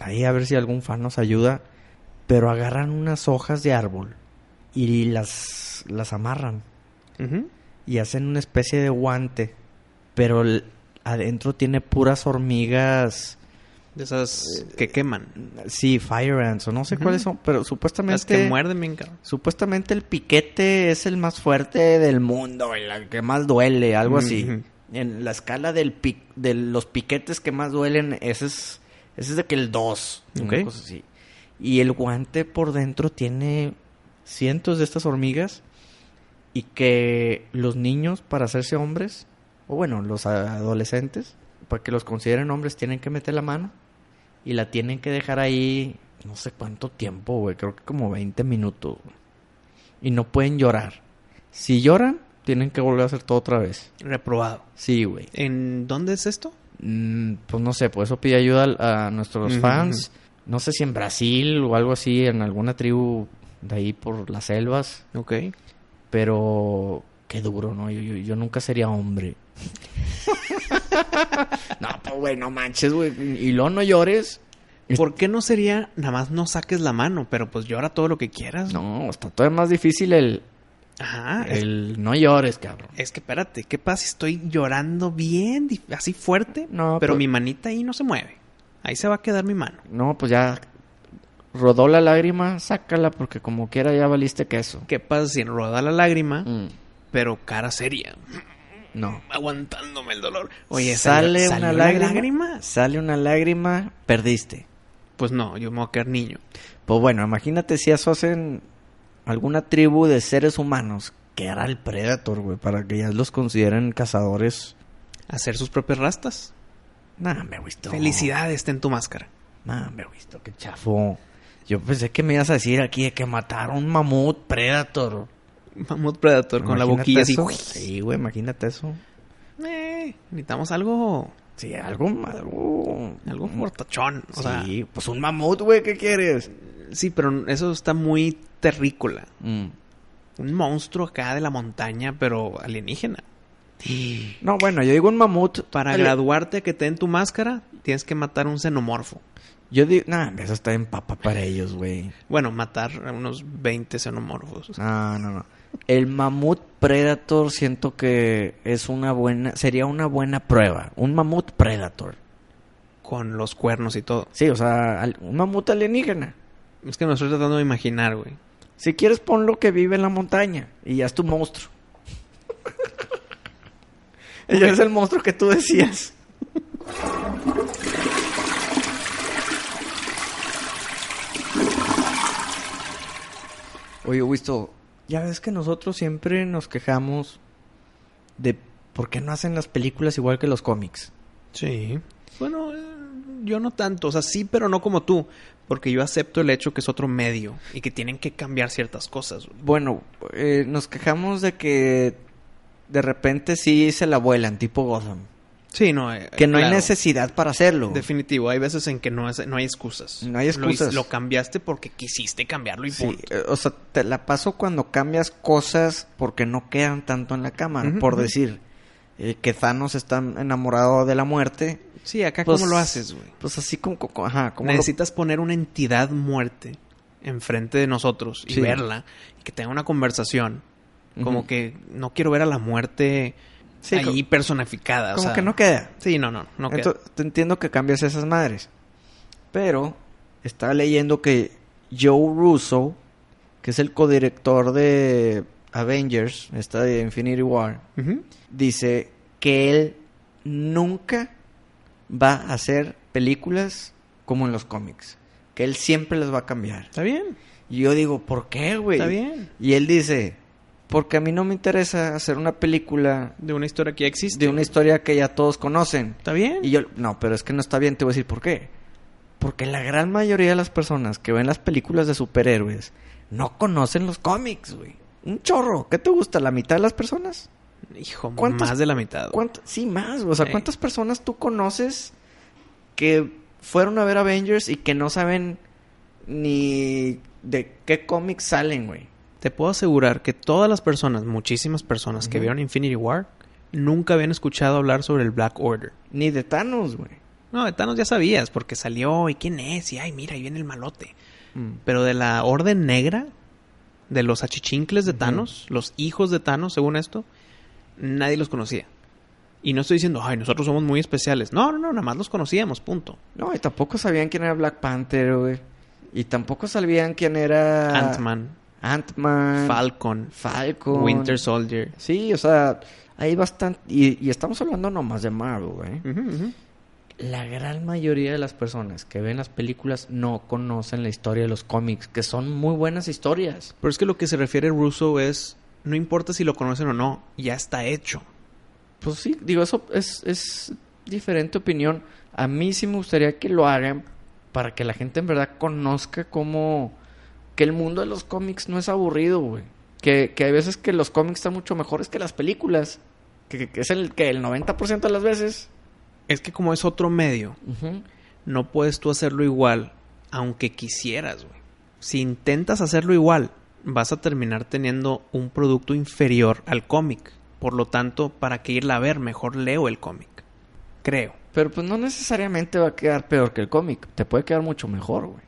ahí a ver si algún fan nos ayuda, pero agarran unas hojas de árbol y las, las amarran Ujú. y hacen una especie de guante, pero el- adentro tiene puras hormigas, De esas Eh, que queman. sí, fire ants o no sé Ujú. cuáles son, pero Las supuestamente... que muerden bien, cabrón. Supuestamente el piquete es el más fuerte del mundo, y la que más duele, algo así. Ujú. En la escala del pi- de los piquetes que más duelen, ese es, ese es de que el 2. Ok. Y el guante por dentro tiene cientos de estas hormigas y que los niños para hacerse hombres, o bueno, los adolescentes, para que los consideren hombres tienen que meter la mano y la tienen que dejar ahí no sé cuánto tiempo, güey, creo que como 20 minutos. güey. Y no pueden llorar. Si lloran, tienen que volver a hacer todo otra vez. Reprobado. Sí, güey. ¿En dónde es esto? Mm, pues no sé, por eso pide ayuda al- a nuestros Ujú, fans. No sé si en Brasil o algo así, en alguna tribu de ahí por las selvas. Ok. Pero qué duro, ¿no? Yo, yo, yo nunca sería hombre. no, pues, güey, no manches, güey. Y luego no llores. ¿Por qué no sería nada más no saques la mano, pero pues llora todo lo que quieras? No, está todavía más difícil el, Ajá. Ah, es- el no llores, cabrón. Es, que espérate, ¿qué pasa si estoy llorando bien, dif- así fuerte? pero No, pero- mi manita ahí no se mueve. Ahí se va a quedar mi mano. No, pues ya rodó la lágrima, sácala porque como quiera ya valiste queso. ¿Qué pasa si roda la lágrima, Mm, pero cara seria, no. aguantándome el dolor? Oye, sale, ¿salió- una salió la lágrima, Sale una lágrima, perdiste. Pues no, yo me voy a quedar niño. Pues bueno, imagínate si eso hacen alguna tribu de seres humanos. Que hará el Predator, güey? Para que ya los consideren cazadores. Hacer sus propias rastas. Nah, me visto. Felicidades, está en tu máscara. Nah, me visto, qué chafo. Yo pensé que me ibas a decir aquí de que matar un mamut Predator. Mamut Predator con la Imagínate boquilla así. eso. Sí, güey, imagínate eso. Eh, necesitamos algo, Sí, algo, algo, algo fortachón. O sea, Mm. sí, pues un mamut, güey, ¿qué quieres? Sí, pero eso está muy terrícola. Mm. Un monstruo acá de la montaña, pero alienígena. No, bueno, yo digo un mamut Para Ale- graduarte que te den tu máscara, tienes que matar un xenomorfo. Yo digo, nada, eso está en papa para ellos, güey. Bueno, matar a unos 20 xenomorfos. No, no, no. El mamut predator siento que es una buena, sería una buena prueba. Un mamut predator. Con los cuernos y todo. Sí, o sea, al- un mamut alienígena. Es que me estoy tratando de imaginar, güey. Si quieres ponlo que vive en la montaña y ya es tu monstruo. ya es el monstruo que tú decías. Oye, Wisto, ya ves que nosotros siempre nos quejamos de por qué no hacen las películas igual que los cómics. Sí. Bueno, eh, yo no tanto. O sea, sí, pero no como tú. Porque yo acepto el hecho que es otro medio y que tienen que cambiar ciertas cosas. güey. Bueno, eh, nos quejamos de que de repente sí se la vuelan, tipo Gotham. Sí, no. eh, Que no hay claro. necesidad para hacerlo. Definitivo, hay veces en que no, es- no hay excusas. No hay excusas. Lo, hice- lo cambiaste porque quisiste cambiarlo y Sí, punto. eh, o sea, te la paso cuando cambias cosas porque no quedan tanto en la cámara. Ujú, por ujú. decir, eh, que Thanos está enamorado de la muerte. Sí, acá Pues, cómo lo haces, güey. Pues así como... co- co- Ajá, como... lo- Necesitas poner una entidad muerte enfrente de nosotros y Sí. verla y que tenga una conversación. Como Ujú. que no quiero ver a la muerte Sí, co- ahí personificada. o como sea, que no queda. Sí, no, no, no queda. Ento- te entiendo que cambias esas madres. Pero estaba leyendo que Joe Russo, que es el codirector de Avengers, esta de Infinity War, Ujú. dice que él nunca va a hacer películas como en los cómics. Que él siempre las va a cambiar. Está bien. Y yo digo, ¿por qué, güey? Está bien. Y él dice, porque a mí no me interesa hacer una película De una historia que ya existe. de una historia que ya todos conocen. Está bien. Y yo, no, pero es que no está bien, te voy a decir por qué. Porque la gran mayoría de las personas que ven las películas de superhéroes no conocen los cómics, güey. Un chorro. ¿Qué te gusta? ¿La mitad de las personas? Hijo, ¿Cuántas- más de la mitad. güey. ¿Cuánto- Sí, más. güey. O sea, Sí. ¿cuántas personas tú conoces que fueron a ver Avengers y que no saben ni de qué cómics salen, güey? Te puedo asegurar que todas las personas, muchísimas personas que Ujú. vieron Infinity War, nunca habían escuchado hablar sobre el Black Order. Ni de Thanos, güey. No, de Thanos ya sabías, porque salió y quién es, y ay, mira, ahí viene el malote. Mm. Pero de la Orden Negra, de los achichincles de Ujú. Thanos, los hijos de Thanos, según esto, nadie los conocía. Y no estoy diciendo, ay, nosotros somos muy especiales. No, no, no, nada más los conocíamos, punto. No, y tampoco sabían quién era Black Panther, güey. Y tampoco sabían quién era... Ant-Man, Ant-Man. Falcon, Falcon. Winter Soldier. Sí, o sea, hay bastante... Y, y estamos hablando nomás de Marvel, güey. Ujú, ujú. La gran mayoría de las personas que ven las películas no conocen la historia de los cómics, que son muy buenas historias. Pero es que lo que se refiere Russo es, no importa si lo conocen o no, ya está hecho. Pues sí, digo, eso es, es diferente opinión. A mí sí me gustaría que lo hagan para que la gente en verdad conozca cómo... Que el mundo de los cómics no es aburrido, güey. Que, que hay veces que los cómics están mucho mejores que las películas. Que, que- que es el que el 90% de las veces. Es que como es otro medio, Ujú. no puedes tú hacerlo igual, aunque quisieras, güey. Si intentas hacerlo igual, vas a terminar teniendo un producto inferior al cómic. Por lo tanto, para que irla a ver, mejor leo el cómic. Creo. Pero pues no necesariamente va a quedar peor que el cómic. Te puede quedar mucho mejor, güey.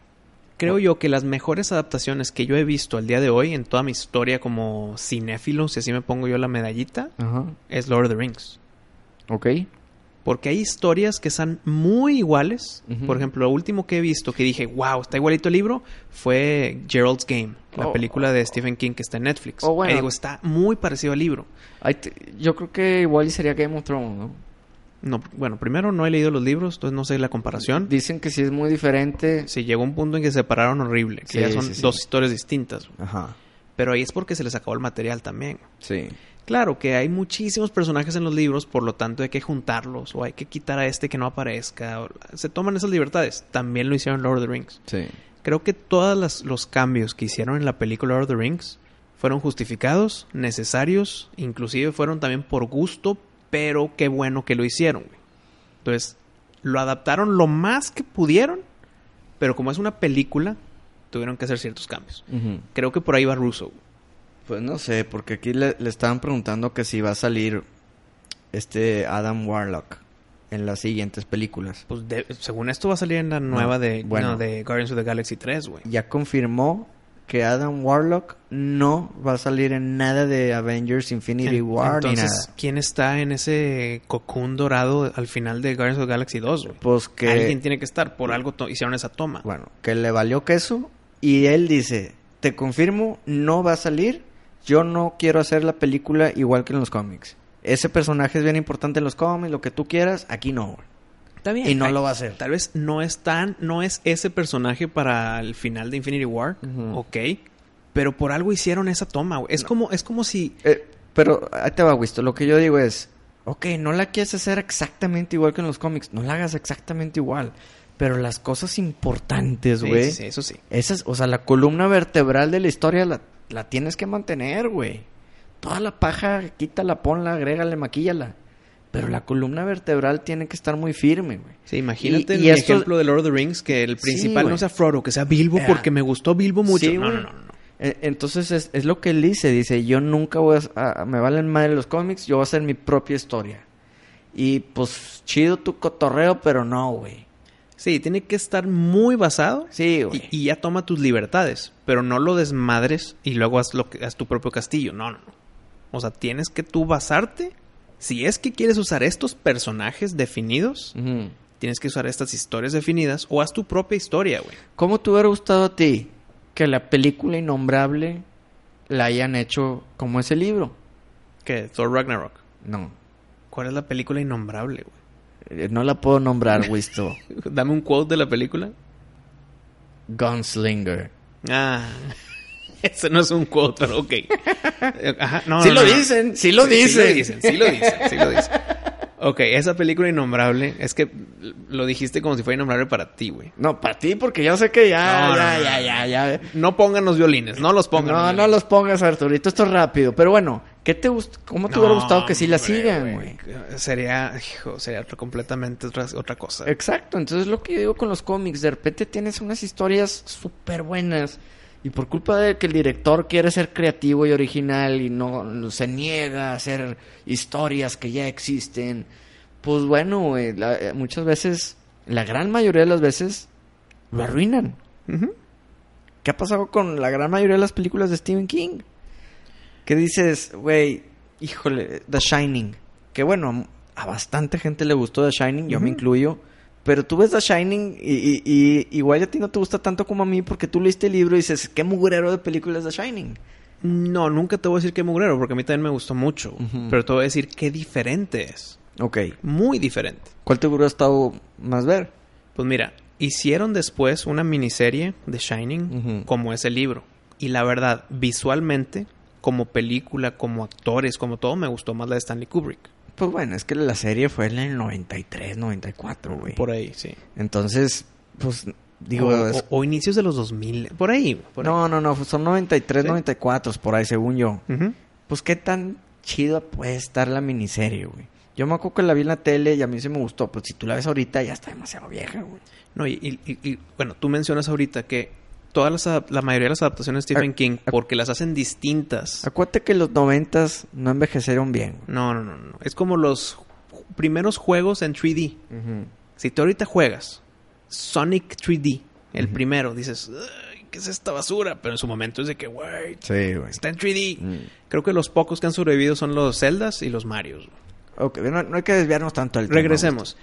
Creo yo que las mejores adaptaciones que yo he visto al día de hoy en toda mi historia como cinéfilo, si así me pongo yo la medallita, Ajá. es Lord of the Rings. Ok. Porque hay historias que están muy iguales. Ujú. Por ejemplo, lo último que he visto que dije, wow, está igualito el libro, fue Gerald's Game, la Oh. película de Stephen King que está en Netflix. Oh, bueno. Ahí digo, está muy parecido al libro. Ahí te- yo creo que igual y sería Game of Thrones, ¿no? No, bueno, primero no he leído los libros, entonces no sé la comparación. Dicen que sí es muy diferente. Sí, llegó un punto en que se separaron horrible, que Sí, ya son sí, sí. dos historias distintas. Ajá. Pero ahí es porque se les acabó el material también. Sí. Claro que hay muchísimos personajes en los libros, por lo tanto hay que juntarlos o hay que quitar a este que no aparezca. o- Se toman esas libertades. También lo hicieron Lord of the Rings. Sí. Creo que todos los cambios que hicieron en la película Lord of the Rings fueron justificados, necesarios, inclusive fueron también por gusto, pero qué bueno que lo hicieron. güey. Entonces, lo adaptaron lo más que pudieron, pero como es una película, tuvieron que hacer ciertos cambios. Creo que por ahí va Russo. güey. Pues no sé, porque aquí le, le estaban preguntando que si va a salir este Adam Warlock en las siguientes películas. Pues de- según esto va a salir en la nueva de, bueno. no, de Guardians of the Galaxy 3, güey. Ya confirmó que Adam Warlock no va a salir en nada de Avengers Infinity En- War ni entonces, nada. ¿quién está en ese cocoon dorado al final de Guardians of the Galaxy 2, güey? Pues que Alguien tiene que estar, por algo to- hicieron esa toma. Bueno, que le valió queso y él dice, te confirmo, no va a salir, yo no quiero hacer la película igual que en los cómics. Ese personaje es bien importante en los cómics, lo que tú quieras, aquí no. güey. Está bien. Y no Ay, lo va a hacer. Tal vez no es tan, no es ese personaje para el final de Infinity War, Ujú. ok, pero por algo hicieron esa toma, güey. Es como, es como si, Eh, pero ahí te va, Wisto, lo que yo digo es, ok, no la quieres hacer exactamente igual que en los cómics, no la hagas exactamente igual, pero las cosas importantes, Sí, Pues, güey, sí, sí, eso sí. Esa es, o sea, la columna vertebral de la historia la, la tienes que mantener, güey. Toda la paja, quítala, ponla, agrégale, maquíllala. Pero la columna vertebral tiene que estar muy firme, güey. Sí, imagínate Y- el y esto- ejemplo de Lord of the Rings que el Sí, principal no güey. sea Frodo, que sea Bilbo Ah. porque me gustó Bilbo mucho. Sí, no, güey. no, no, no, no. E- Entonces es, es lo que él dice, dice, yo nunca voy a, a- me valen madre los cómics, yo voy a hacer mi propia historia. Y pues chido tu cotorreo, pero no, güey. Sí, tiene que estar muy basado Sí, y, güey. y ya toma tus libertades, pero no lo desmadres y luego haz, lo que, haz tu propio castillo. No, no, no. O sea, tienes que tú basarte. Si es que quieres usar estos personajes definidos, Ujú. Tienes que usar estas historias definidas o haz tu propia historia, güey. ¿Cómo te hubiera gustado a ti que la película innombrable la hayan hecho como ese libro? ¿Qué? Thor Ragnarok. No, ¿Cuál es la película innombrable, güey? Eh, No la puedo nombrar, Wisto. Dame un quote de la película. Gunslinger. Ah, ese no es un quote, pero ok. Ajá, no, sí, no, lo no, no. dicen, sí lo dicen, Sí lo dicen, sí lo dicen, sí lo dicen. Ok, esa película innombrable, es que lo dijiste como si fuera innombrable para ti, güey. No, para ti, porque yo sé que ya, No, ya, no, ya, ya, ya. No pongan los violines, no los pongan. No, no los pongas, Arturito. Esto es rápido. Pero bueno, ¿qué te gust ¿cómo te hubiera gustado que sí la sigan, güey? Eh, Sería, hijo, sería otra- completamente otra, otra cosa. Exacto, entonces lo que yo digo con los cómics, de repente tienes unas historias súper buenas y por culpa de que el director quiere ser creativo y original y no se niega a hacer historias que ya existen, pues bueno, güey, la- eh, muchas veces, la gran mayoría de las veces, lo arruinan. Ujú. ¿Qué ha pasado con la gran mayoría de las películas de Stephen King? Que dices, güey, híjole, The Shining. Que bueno, a bastante gente le gustó The Shining, yo me incluyo. Pero tú ves The Shining y, y- y igual a ti no te gusta tanto como a mí porque tú leíste el libro y dices, qué mugrero de película es The Shining. No, nunca te voy a decir que mugrero, porque a mí también me gustó mucho. Ujú. Pero te voy a decir que diferente es. Ok. Muy diferente. ¿Cuál te hubiera estado más ver? Pues mira, hicieron después una miniserie de Shining Ujú. como ese libro. Y la verdad, visualmente, como película, como actores, como todo, me gustó más la de Stanley Kubrick. Pues bueno, es que la serie fue en el 93, 94, güey. Por ahí, sí. Entonces, pues digo... o, es- o- o inicios de los 2000. Por ahí. Por no, no, no, son 93, Sí. 94, por ahí según yo. ahí. Ujú. pues qué tan chido puede estar la miniserie, güey. Yo me acuerdo que la vi en la tele y a mí se me gustó, pero si tú la ves ahorita ya está demasiado vieja, güey. No, y, y- y- y, bueno, tú mencionas ahorita que todas las adap- la mayoría de las adaptaciones de Stephen Ah, King, ah. porque las hacen distintas. Acuérdate que los noventas no envejecieron bien, güey. No, no, no, no. Es como los ju- primeros juegos en 3D. Si tú ahorita juegas Sonic 3D, el primero, dices, "Ay, ¿qué es esta basura? Pero en su momento es de que, güey, Sí, güey. está en 3D. Mm. Creo que los pocos que han sobrevivido son los Zeldas y los Marios. Ok, no, no hay que desviarnos tanto del tema, Regresemos.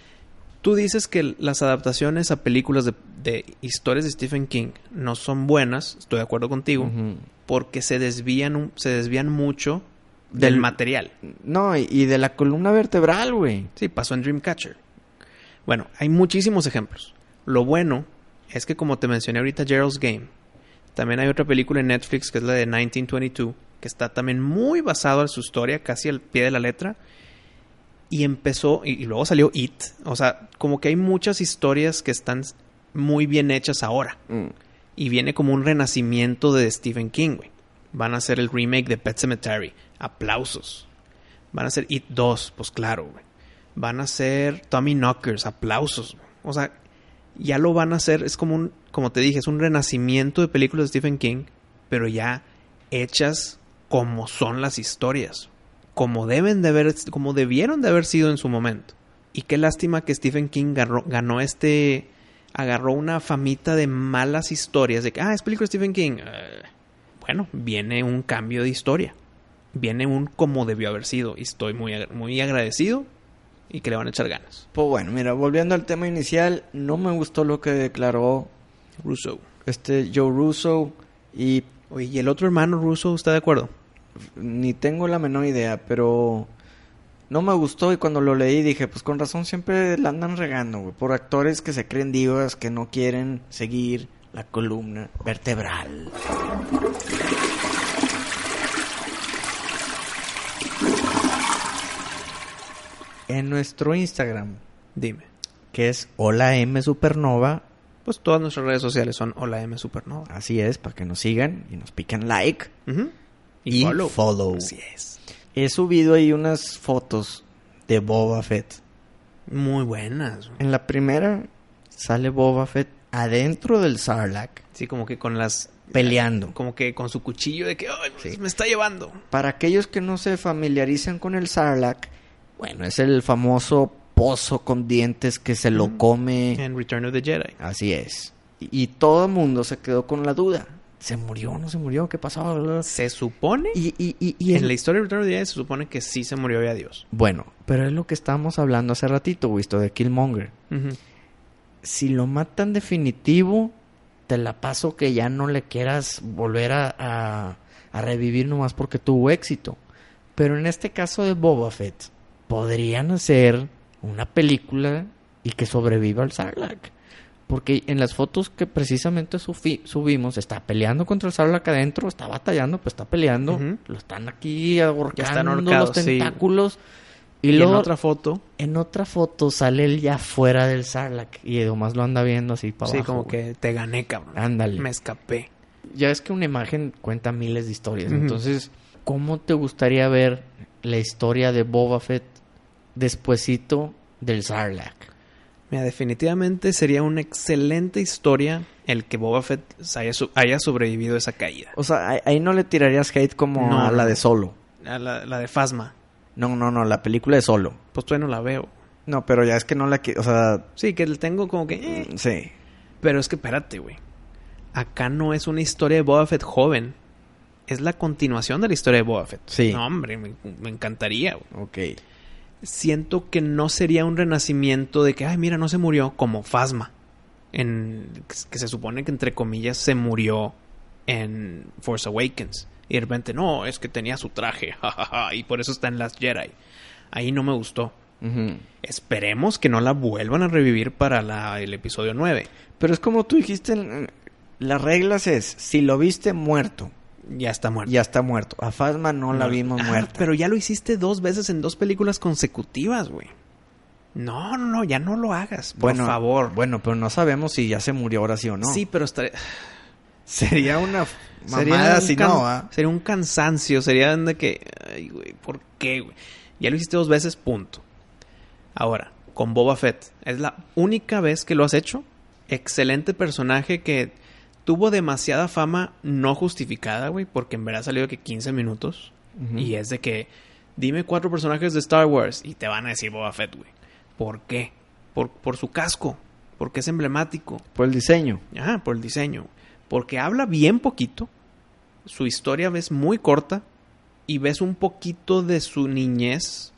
Tú dices que las adaptaciones a películas de, de historias de Stephen King no son buenas, estoy de acuerdo contigo, güey. Ujú. porque se desvían, un- se desvían mucho del Del- material. No, y, y de la columna vertebral, güey. Sí, pasó en Dreamcatcher. Bueno, hay muchísimos ejemplos. Lo bueno es que, como te mencioné ahorita, Gerald's Game. También hay otra película en Netflix que es la de 1922, que está también muy basado en su historia, casi al pie de la letra. Y empezó, y, y luego salió It. O sea, como que hay muchas historias que están muy bien hechas ahora. Mm. Y viene como un renacimiento de Stephen King, güey. Van a hacer el remake de Pet Cemetery. Aplausos. Van a hacer It 2, pues claro, güey. Van a hacer Tommy Knockers. Aplausos. güey. O sea, ya lo van a hacer. Es como un, como te dije, es un renacimiento de películas de Stephen King, pero ya hechas como son las historias. Como deben de haber, como debieron de haber sido en su momento. Y qué lástima que Stephen King ganó, ganó este. Agarró una famita de malas historias. De que, ah, es película de Stephen King. Eh, bueno, viene un cambio de historia. Viene un como debió haber sido. Y estoy muy, agra- muy agradecido y que le van a echar ganas. Pues bueno, mira, volviendo al tema inicial, no me gustó lo que declaró Russo. este Joe Russo y Oye, ¿y el otro hermano Russo está de acuerdo? ni tengo la menor idea, pero no me gustó y cuando lo leí dije, pues con razón siempre la andan regando, güey, por actores que se creen divas, que no quieren seguir la columna vertebral. En nuestro Instagram, Dime. que es hola M Supernova, Pues todas nuestras redes sociales son Hola M Supernova. así es, para que nos sigan y nos piquen like. Ujú. Y follow. Así es. He subido ahí unas fotos de Boba Fett. Muy buenas. güey. En la primera sale Boba Fett adentro del Sarlacc Sí, como que con las... peleando. Como que con su cuchillo de que, ay, pues, Sí. me está llevando. Para aquellos que no se familiarizan con el Sarlacc, bueno, es el famoso pozo con dientes que se lo come. En Return of the Jedi. Así es. Y, y todo el mundo se quedó con la duda. ¿Se murió? ¿No se murió? ¿Qué pasó? Bla, bla, bla. Se supone... Y, y, y, y En el- la historia de Return of the Jedi se supone que sí se murió ya Dios. Bueno, pero es lo que estábamos hablando hace ratito, visto de Killmonger. Ujú. si lo matan definitivo, te la paso que ya no le quieras volver a, a- a revivir nomás porque tuvo éxito. Pero en este caso de Boba Fett, podrían hacer una película y que sobreviva al Sarlacc. Porque en las fotos que precisamente sufi- subimos, está peleando contra el Sarlacc adentro, está batallando, pues está peleando, Ujú. lo están aquí ahorcando están ahorcados, los sí. tentáculos. Y, Y, luego, en otra foto, foto sale él ya fuera del Sarlacc y nomás lo anda viendo así para sí, abajo. como güey. que te gané, cabrón. Ándale. Me escapé. Ya es que una imagen cuenta miles de historias. Ujú. Entonces, ¿cómo te gustaría ver la historia de Boba Fett despuesito del Sarlacc? Mira, definitivamente sería una excelente historia el que Boba Fett se haya, su- haya sobrevivido a esa caída. O sea, ahí- ahí no le tirarías hate como No, a no, la de no. Solo. A la, la de Fasma. No, no, no, la película de Solo. Pues todavía no la veo. No, pero ya es que no la que, o sea, Sí, que le tengo como que... eh. mm, sí. Pero es que espérate, güey. Acá no es una historia de Boba Fett joven. Es la continuación de la historia de Boba Fett. Sí. No, hombre, me, me encantaría, güey. Ok. Siento que no sería un renacimiento de que, ay, mira, no se murió como Fasma. En, que se supone que, entre comillas, se murió en Force Awakens. Y de repente, no, es que tenía su traje, jajaja, y por eso está en Last Jedi. Ahí no me gustó. Ujú. Esperemos que no la vuelvan a revivir para la- el episodio 9. Pero es como tú dijiste, en- las reglas es, si lo viste muerto, Ya está muerta. ya está muerto. A Fasma no, la vimos Ah, muerta. Pero ya lo hiciste dos veces en dos películas consecutivas, güey. No, no, no, ya no lo hagas, por Bueno, favor. Bueno, pero no sabemos si ya se murió ahora sí o no. Sí, pero estaré- Sería una f- sería mamada un si can- no, ¿ah? Sería un cansancio, sería de que... Ay, güey, ¿por qué, güey? Ya lo hiciste dos veces, punto. Ahora, con Boba Fett. Es la única vez que lo has hecho. Excelente personaje que tuvo demasiada fama no justificada, güey, porque en verdad salió de que 15 minutos. Y es de que, dime cuatro personajes de Star Wars y te van a decir Boba Fett, güey. ¿Por qué? Por, por su casco, porque es emblemático, Por el diseño. Ajá, por el diseño, porque habla bien poquito, su historia ves muy corta y ves un poquito de su niñez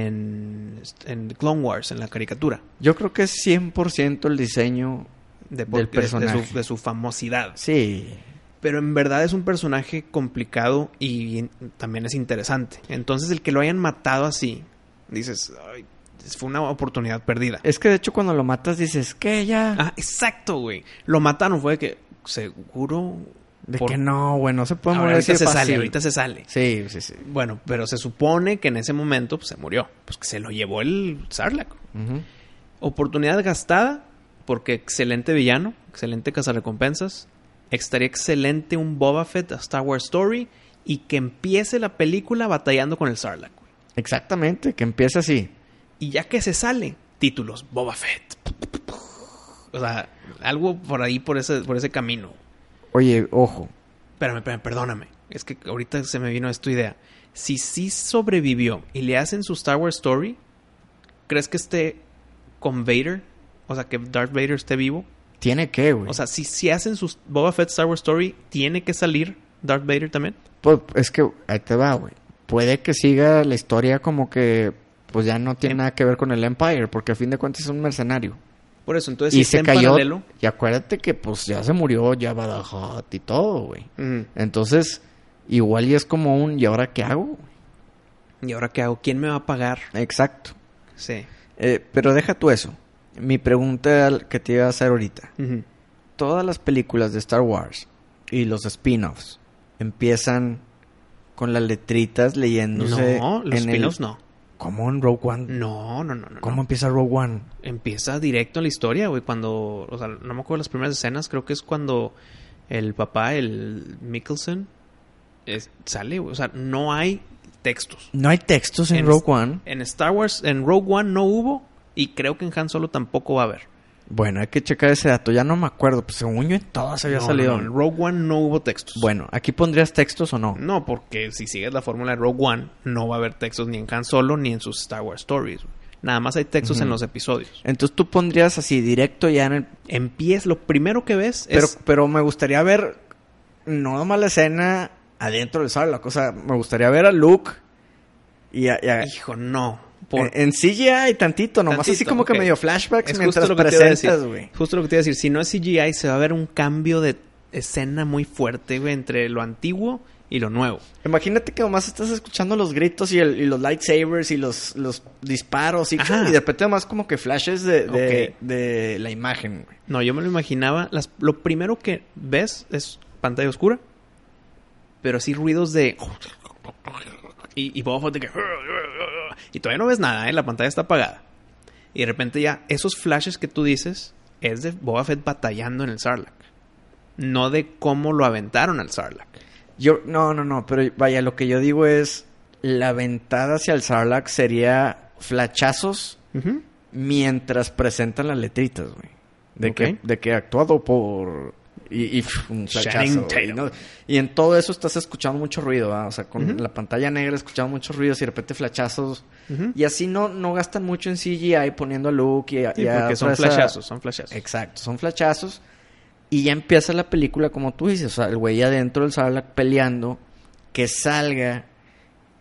en, en Clone Wars, en la caricatura, Yo creo que es 100% el diseño. de, Del de- de su- personaje. de su famosidad. Sí. Pero en verdad es un personaje complicado y in- también es interesante. Entonces el que lo hayan matado así, dices, "Ay, fue una oportunidad perdida. Es que de hecho cuando lo matas dices, que ya? Ah, exacto, güey. Lo mataron, fue de que seguro... de por- que no, güey, no se puede Ahora, morir ahorita así de se fácil. sale, ahorita se sale. Sí, sí, sí. Bueno, pero se supone que en ese momento pues, se murió. Pues que se lo llevó el Sarlacc. Ujú. Oportunidad gastada, porque excelente villano, excelente cazarrecompensas. Estaría excelente un Boba Fett a Star Wars Story y que empiece la película batallando con el Sarlacc. güey. Exactamente, que empiece así. Y ya que se sale, títulos, Boba Fett. O sea, algo por ahí, por ese, por ese camino. Oye, ojo. Espérame, espérame, perdóname. Es que ahorita se me vino esta idea. Si sí sobrevivió y le hacen su Star Wars Story, ¿crees que esté con Vader? O sea, que Darth Vader esté vivo. Tiene que, güey. O sea, si, si hacen sus Boba Fett Star Wars Story, ¿tiene que salir Darth Vader también? Pues es que ahí te va, güey. Puede que siga la historia como que pues ya no tiene Em- nada que ver con el Empire, porque a fin de cuentas es un mercenario. Por eso, entonces, y si se está en cayó. paralelo... Y acuérdate que pues ya se murió ya Badajoz y todo, güey. Ujú. Entonces, igual y es como un ¿y ahora qué hago? ¿Y ahora qué hago? ¿Quién me va a pagar? Exacto. Sí. Eh, pero deja tú eso. Mi pregunta al- que te iba a hacer ahorita. Ujú. Todas las películas de Star Wars y los spin-offs empiezan con las letritas leyéndose. No, los en el- spin-offs no. ¿Cómo en Rogue One? No, no, no, no. ¿Cómo no. empieza Rogue One? empieza directo en la historia, güey, cuando, o sea, no me acuerdo las primeras escenas, creo que es cuando el papá, el Mickelson, es- sale, güey, o sea, no hay textos. No hay textos en, En- Rogue One. En Star Wars, en Rogue One no hubo y creo que en Han Solo tampoco va a haber. Bueno, hay que checar ese dato. Ya no me acuerdo. Pues según yo en todas había No, salido. no, no, en Rogue One no hubo textos. Bueno, ¿aquí pondrías textos o no? No, porque si sigues la fórmula de Rogue One, no va a haber textos ni en Han Solo ni en sus Star Wars Stories. güey. Nada más hay textos Ujú. en los episodios. Entonces tú pondrías así directo ya en el... Empieza, lo primero que ves Pero, es... pero me gustaría ver, no nomás la escena adentro del sala, la cosa, me gustaría ver a Luke y a... y a- Hijo, no. en, en CGI tantito, nomás así Tantito, como que ok. medio flashbacks Es mientras justo lo que te iba a presentas, decir. güey. Justo lo que te iba a decir. Si no es CGI, se va a ver un cambio de escena muy fuerte, güey, entre lo antiguo y lo nuevo. Imagínate que nomás estás escuchando los gritos y, el- y los lightsabers y los, los disparos y, Ajá. y de repente nomás como que flashes de, de, Ok. de la imagen, güey. No, yo me lo imaginaba. Las, lo primero que ves es pantalla oscura. Pero así ruidos de. Y, y Boba Fett de que. Y todavía no ves nada, ¿eh? La pantalla está apagada. Y de repente ya, esos flashes que tú dices es de Boba Fett batallando en el Sarlacc. No de cómo lo aventaron al Sarlacc. Yo, no, no, no, pero vaya, lo que yo digo es, la ventada hacia el Sarlacc sería flachazos mientras presentan las letritas, güey. De, Ok. que, de que actuado por... Y, y pf, un flachazo, Channing güey, Tatum. ¿no? Y en todo eso estás escuchando mucho ruido, ¿va? O sea, con Ujú. la pantalla negra escuchando muchos ruidos y de repente flachazos. Ujú. Y así no, no gastan mucho en CGI poniendo a Luke y a... Sí, y a porque son toda esa- flashazos, son flashazos. Exacto, son flachazos. Y ya empieza la película como tú dices, o sea, el güey adentro del Sarlacc peleando, que salga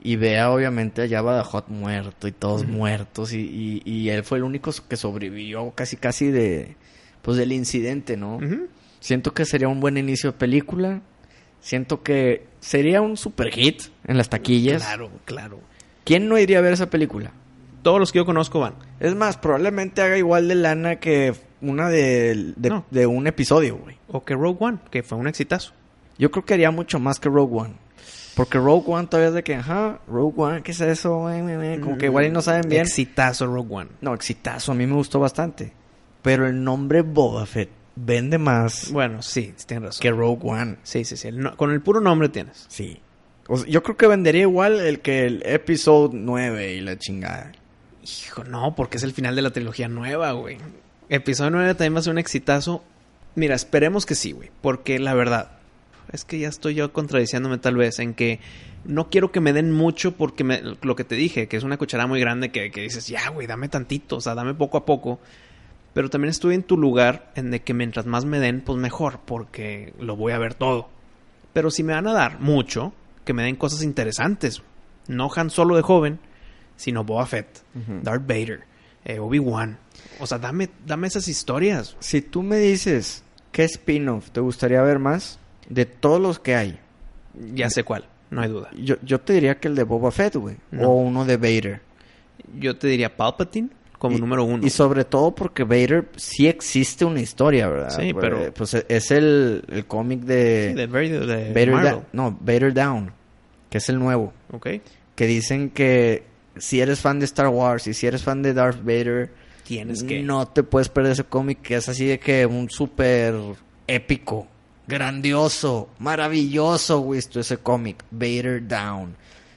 y vea obviamente allá Badajoz muerto y todos Ujú. muertos y, y- y él fue el único que sobrevivió casi casi de pues del incidente, ¿no? Ujú. Siento que sería un buen inicio de película, siento que sería un super hit en las taquillas. Claro, claro. ¿Quién no iría a ver esa película? Todos los que yo conozco van. Es más, probablemente haga igual de lana que una de, de- No. de un episodio, güey. O que Rogue One, que fue un exitazo. Yo creo que haría mucho más que Rogue One. Porque Rogue One todavía es de que, ajá, Rogue One, ¿qué es eso? Eh, eh, eh, Como que igual y no saben bien. Exitazo Rogue One. No, exitazo, a mí me gustó bastante. Pero el nombre Boba Fett vende más Bueno, sí, tienes razón. que Rogue One. Sí, sí, sí. el no- con el puro nombre tienes. Sí. O sea, yo creo que vendería igual el que el episodio 9 y la chingada. Hijo, no, porque es el final de la trilogía nueva, güey. Episodio 9 también va a ser un exitazo. Mira, esperemos que sí, güey. Porque la verdad, es que ya estoy yo contradiciéndome tal vez en que no quiero que me den mucho porque me- lo que te dije, que es una cucharada muy grande que, que dices, ya, güey, dame tantito, o sea, dame poco a poco. Pero también estuve en tu lugar en de que mientras más me den, pues mejor, porque lo voy a ver todo. Pero si me van a dar mucho, que me den cosas interesantes. No Han Solo de joven, sino Boba Fett, Darth Vader, eh, Obi-Wan. O sea, dame, dame esas historias. Si tú me dices qué spin-off te gustaría ver más de todos los que hay, Ya sé cuál, no hay duda. yo, yo te diría que el de Boba Fett, güey. No. O uno de Vader. Yo te diría Palpatine como Y- número uno. Y sobre todo porque Vader sí existe una historia, ¿verdad? Sí, Porque, pero- Pues es el, el cómic de, Sí, de Vader, de Vader Marvel. Da- No, Vader Down, que es el nuevo. Ok. Que dicen que si eres fan de Star Wars y si eres fan de Darth Vader, Tienes que. no te puedes perder ese cómic que es así de que un súper épico, grandioso, maravilloso, güey, esto, ese cómic, Vader Down.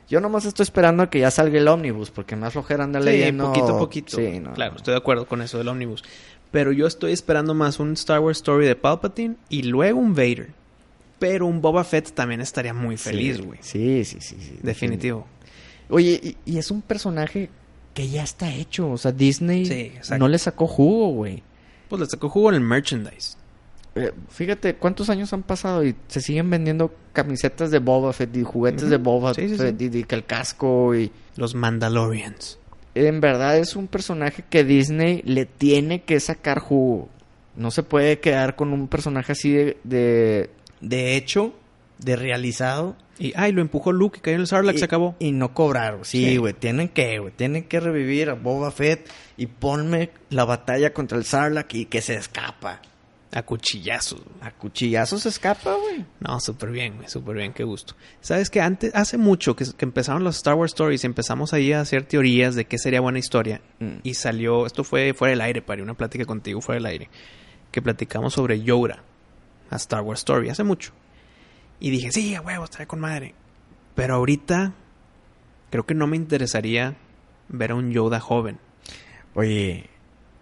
Yo nomás estoy esperando a que ya salga el ómnibus, porque más flojera andar Sí, leyendo. poquito a poquito. Sí, no, claro, no. estoy de acuerdo con eso del ómnibus. Pero yo estoy esperando más un Star Wars Story de Palpatine y luego un Vader. Pero un Boba Fett también estaría muy feliz, güey. Sí, sí, sí, sí. Definitivo. Oye, y, y es un personaje que ya está hecho. O sea, Disney Sí, exacto. no le sacó jugo, güey. Pues le sacó jugo en el merchandise. Eh, fíjate cuántos años han pasado y se siguen vendiendo camisetas de Boba Fett y juguetes Ujú. de Boba Sí, sí, Fett y, y que el casco y... Los Mandalorians. En verdad es un personaje que Disney le tiene que sacar jugo. No se puede quedar con un personaje así de... de- De hecho, de realizado. Y ay, lo empujó Luke y cayó en el Sarlacc, y, se acabó. Y no cobrar, güey. Sí, Sí. güey. Tienen que, güey. Tienen que revivir a Boba Fett y ponme la batalla contra el Sarlacc y que se escapa. A cuchillazos. güey. A cuchillazos se escapa, güey. No, súper bien, güey, súper bien, qué gusto. Sabes que antes, hace mucho que, que empezaron los Star Wars Stories y empezamos ahí a hacer teorías de qué sería buena historia. Mm. Y salió, esto fue fuera del aire, Pari, una plática contigo fuera del aire, que platicamos sobre Yoda, a Star Wars Story, hace mucho. Y dije, sí, a huevo, estaré con madre. Pero ahorita, creo que no me interesaría ver a un Yoda joven. Oye,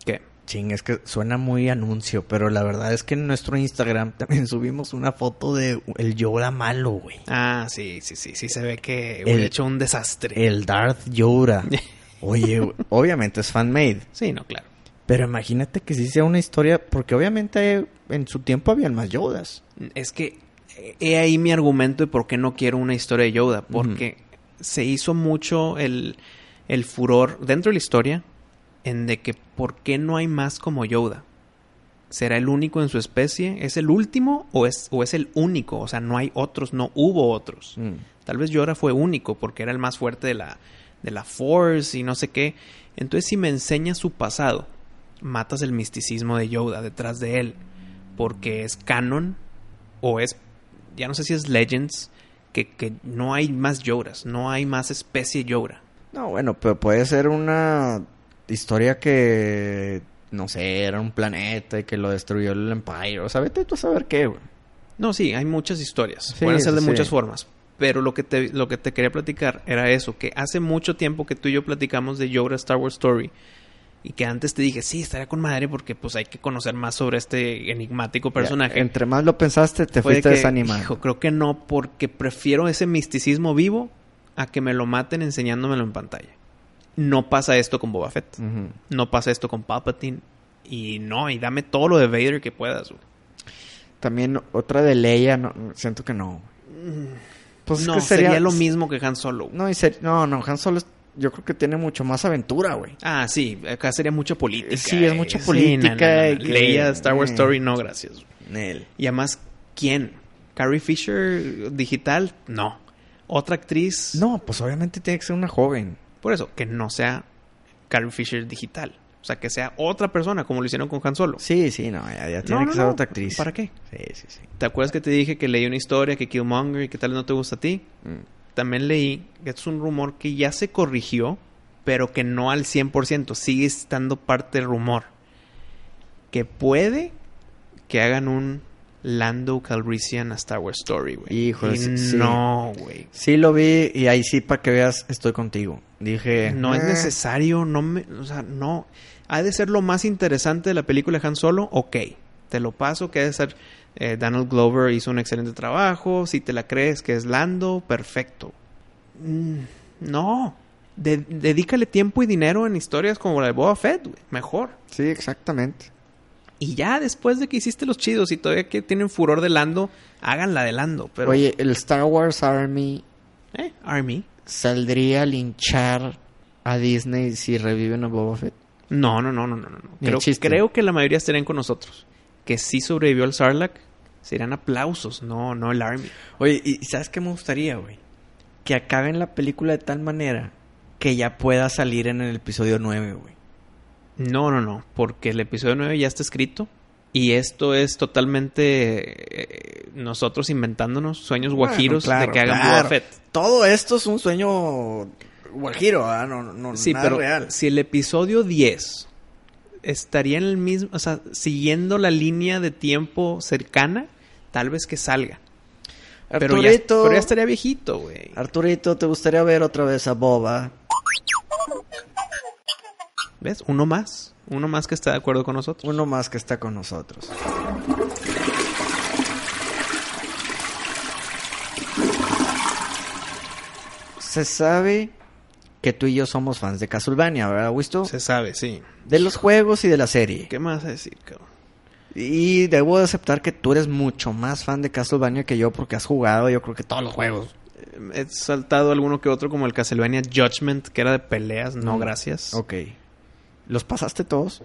¿Qué? ching, es que suena muy anuncio, pero la verdad es que en nuestro Instagram también subimos una foto de el Yoda malo, güey. Ah, sí, sí, sí, sí, se ve que El- he hecho un desastre. El Darth Yoda. Oye, güey, obviamente es fan-made. sí, no, claro. Pero imagínate que sí sea una historia, porque obviamente eh, en su tiempo habían más Yodas. Es que eh, he ahí mi argumento de por qué no quiero una historia de Yoda. Porque se hizo mucho el, el furor dentro de la historia en de que por qué no hay más como Yoda. ¿Será el único en su especie? ¿Es el último o es, o es el único? O sea, no hay otros, no hubo otros. Mm. Tal vez Yora fue único porque era el más fuerte de la, de la Force y no sé qué. Entonces, si me enseñas su pasado, matas el misticismo de Yoda detrás de él. Porque es canon o es, ya no sé si es Legends, que, que no hay más Yodas, no hay más especie Yoda. No, bueno, pero puede ser una historia que, no sé, era un planeta y que lo destruyó el Empire. O sea, vete tú a saber qué, güey. No, sí, hay muchas historias. Sí, Pueden ser de sí, muchas sí. formas. Pero lo que, te, lo que te quería platicar era eso, que hace mucho tiempo que tú y yo platicamos de Yoda Star Wars Story y que antes te dije, sí, estaría con madre porque pues hay que conocer más sobre este enigmático personaje. Ya, entre más lo pensaste, te Fue de fuiste que, desanimando. "Hijo, creo que no, porque prefiero ese misticismo vivo a que me lo maten enseñándomelo en pantalla. No pasa esto con Boba Fett, Ujú. no pasa esto con Palpatine y no, y dame todo lo de Vader que puedas. güey. También otra de Leia, no, siento que no. Pues es no, que sería... lo mismo que Han Solo. güey. No, y ser- no, no, Han Solo es- yo creo que tiene mucho más aventura, güey. Ah, sí, acá sería mucha política. Sí, es eh. mucha Sí, no, política no, no. y que- Leia Star Wars eh. Story, no, gracias. Nel. Y además, ¿quién? ¿Carrie Fisher digital? No. ¿Otra actriz? No, pues obviamente tiene que ser una joven. Por eso, que no sea Carrie Fisher digital. O sea, que sea otra persona, como lo hicieron con Han Solo. Sí, sí, no, ya, ya No, tiene que no, ser no. otra actriz. ¿Para qué? Sí, sí, sí. ¿Te acuerdas que te dije que leí una historia que Killmonger y que tal vez no te gusta a ti? Mm. También leí que es un rumor que ya se corrigió, pero que no al 100%, sigue estando parte del rumor. Que puede que hagan un Lando Calrissian a Star Wars Story, güey. Híjole, Y sí, sí. No, güey. Sí lo vi y ahí sí, para que veas, estoy contigo. Dije... No es "Eh". necesario, no me, o sea, no. Ha de ser lo más interesante de la película de Han Solo, ok. Te lo paso, que ha de ser. eh, Donald Glover hizo un excelente trabajo. Si te la crees que es Lando, perfecto. Mm, no. De- dedícale tiempo y dinero en historias como la de Boba Fett, güey, Mejor. Sí, exactamente. Y ya después de que hiciste los chidos y todavía que tienen furor de Lando, hagan la de Lando. Pero, Oye, el Star Wars Army eh, Army. saldría a linchar a Disney si reviven a Boba Fett. No, no, no, no, no, no. no. Ni Creo, chiste. creo que la mayoría estarían con nosotros. Que sí sobrevivió al Sarlacc, serían aplausos, no, no el Army. Oye, ¿y sabes qué me gustaría, güey? Que acaben la película de tal manera que ya pueda salir en el episodio 9, güey. No, no, no, porque el episodio 9 ya está escrito y esto es totalmente eh, nosotros inventándonos sueños Bueno, guajiros de claro, que hagan claro. Boba Fett. Todo esto es un sueño guajiro, ¿ah? No, no, no, Sí, nada pero real. si el episodio 10 estaría en el mismo, o sea, siguiendo la línea de tiempo cercana, tal vez que salga. Pero ya, Arturito, pero ya estaría viejito, güey. Arturito, ¿te gustaría ver otra vez a Boba? ¿Ves? Uno más. Uno más que está de acuerdo con nosotros. Uno más que está con nosotros. Se sabe que tú y yo somos fans de Castlevania, ¿verdad, Augusto? Se sabe, sí. De los juegos y de la serie. ¿Qué más decir, cabrón? Y debo de aceptar que tú eres mucho más fan de Castlevania que yo porque has jugado, yo creo que todos los juegos. Eh, He saltado alguno que otro como el Castlevania Judgment, que era de peleas. No, Mm. gracias. Ok. ¿Los pasaste todos?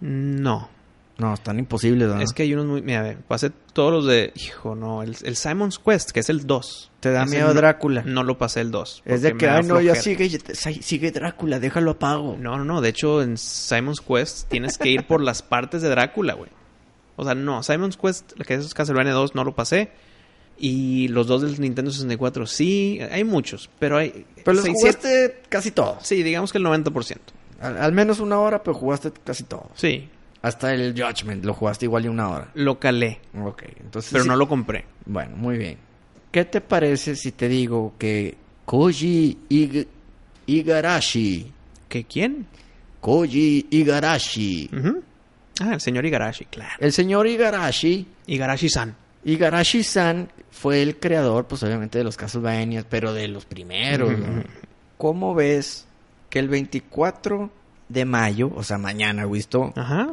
No. No, están imposibles, ¿verdad? Es que hay unos muy... Mira, a ver, pasé todos los de... Hijo, no. El, el Simon's Quest, que es el 2. Te da Ese miedo no- Drácula. No lo pasé el 2. es de porque que, me da ay, no, ya flojera. sigue, sigue Drácula, déjalo apago. No, no, no. De hecho, en Simon's Quest tienes que ir por las partes de Drácula, güey. O sea, no. Simon's Quest, lo que es Castlevania 2, no lo pasé. Y los dos del Nintendo 64, sí. Hay muchos, pero hay... Pero los seis, siete- jugaste casi todos. Sí, digamos que el 90%. Al, al menos una hora, pero jugaste casi todos. Sí. Hasta el Judgment lo jugaste igual y una hora. Lo calé, Ok, entonces... pero sí- no lo compré. Bueno, muy bien. ¿Qué te parece si te digo que Koji Ig- Igarashi, ¿Qué quién? Koji Igarashi, Ujú. Ah, el señor Igarashi, claro. el señor Igarashi, Igarashi-san. Igarashi-san fue el creador, pues obviamente de los Castlevania, pero de los primeros. ¿no? ¿Cómo ves que el 24 de mayo, o sea, mañana, visto, Ajá.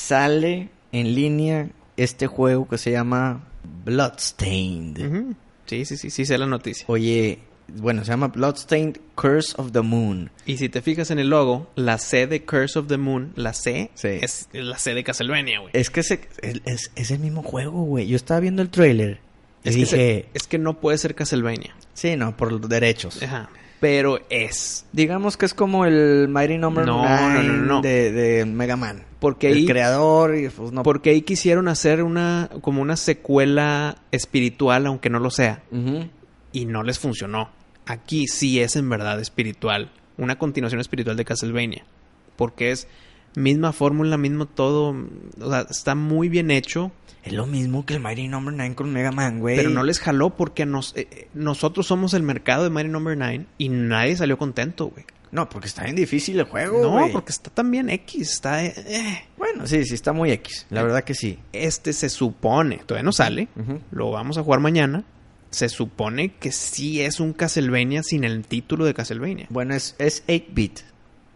sale en línea este juego que se llama Bloodstained? Ujú. Sí, sí, sí, sí, sé la noticia. Oye, Bueno, se llama Bloodstained Curse of the Moon. Y si te fijas en el logo, la C de Curse of the Moon, la C, Sí. es la C de Castlevania, güey. Es que ese- es, es- es el mismo juego, güey. Yo estaba viendo el trailer. Y Es que, dije, se- es que no puede ser Castlevania. sí, no, por los derechos. Ajá. Pero es. Digamos que es como el Mighty Number No, no, no, 9 no, no. De, de Mega Man. Porque el ahí- creador y pues no. Porque ahí quisieron hacer una como una secuela espiritual, aunque no lo sea, Ujú. y no les funcionó. Aquí sí es en verdad espiritual, una continuación espiritual de Castlevania, porque es misma fórmula, mismo todo, o sea, está muy bien hecho, Es lo mismo que el Mighty Number 9 con Mega Man, güey. pero no les jaló porque a nos- eh, eh, nosotros somos el mercado de Mighty Number 9 y nadie salió contento, güey. No, porque está bien difícil el juego, No, güey. porque está también X, está eh, eh. Bueno, sí, sí, está muy X. La verdad que sí. este se supone, todavía no sale, Ujú. lo vamos a jugar mañana. Se supone que sí es un Castlevania sin el título de Castlevania. Bueno, es, es 8-bit.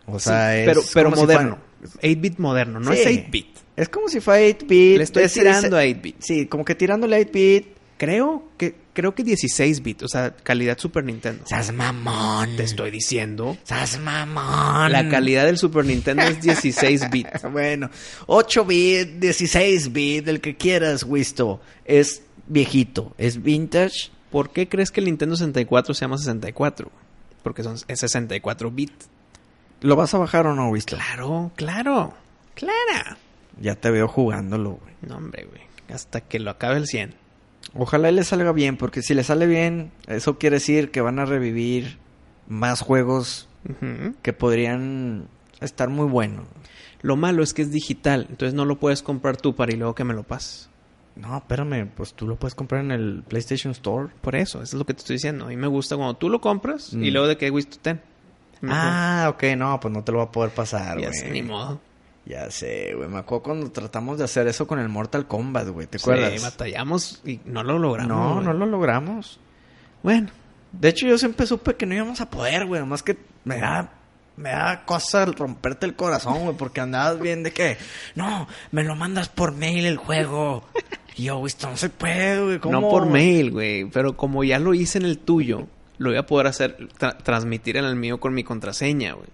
O Sí, sea, es pero, pero como si moderno. fuera- 8-bit moderno, no Sí. es 8-bit. es como si fuera 8-bit. Le estoy es- es- tirando a 8-bit. Sí, como que tirándole 8-bit. Creo que, creo que 16-bit, o sea, calidad Super Nintendo. ¡Sas mamón! Te estoy diciendo. ¡Sas mamón! La calidad del Super Nintendo es 16-bit. Bueno, 8-bit, 16-bit, el que quieras, Wisto. Es viejito, es vintage. ¿Por qué crees que el Nintendo 64 se llama 64? Porque son, es 64-bit. ¿Lo vas a bajar o no, Wisto? Claro, claro. Clara. Ya te veo jugándolo, güey. No, hombre, güey. Hasta que lo acabe el 100. Ojalá y le salga bien, porque si le sale bien, eso quiere decir que van a revivir más juegos Ujú. que podrían estar muy buenos. Lo malo es que es digital, entonces no lo puedes comprar tú para y luego que me lo pases. No, espérame, pues tú lo puedes comprar en el PlayStation Store. Por eso, eso es lo que te estoy diciendo. A mí me gusta cuando tú lo compras y Mm. luego de que güey, tú ten. Me Ah, ok, no, pues no te lo va a poder pasar, acuerdo. güey. Ya sé, ni modo. Ya sé, güey. Me acuerdo cuando tratamos de hacer eso con el Mortal Kombat, güey. ¿Te Sí, acuerdas? batallamos y no lo logramos. no, güey. no lo logramos. Bueno, De hecho, yo siempre supe que no íbamos a poder, güey. Más que me da, me da cosa el romperte el corazón, güey. Porque andabas bien de que, no, me lo mandas por mail el juego. Y yo, güey, esto no se puede, güey. ¿cómo, no por güey? mail, güey, pero como ya lo hice en el tuyo, lo voy a poder hacer tra- transmitir en el mío con mi contraseña, güey.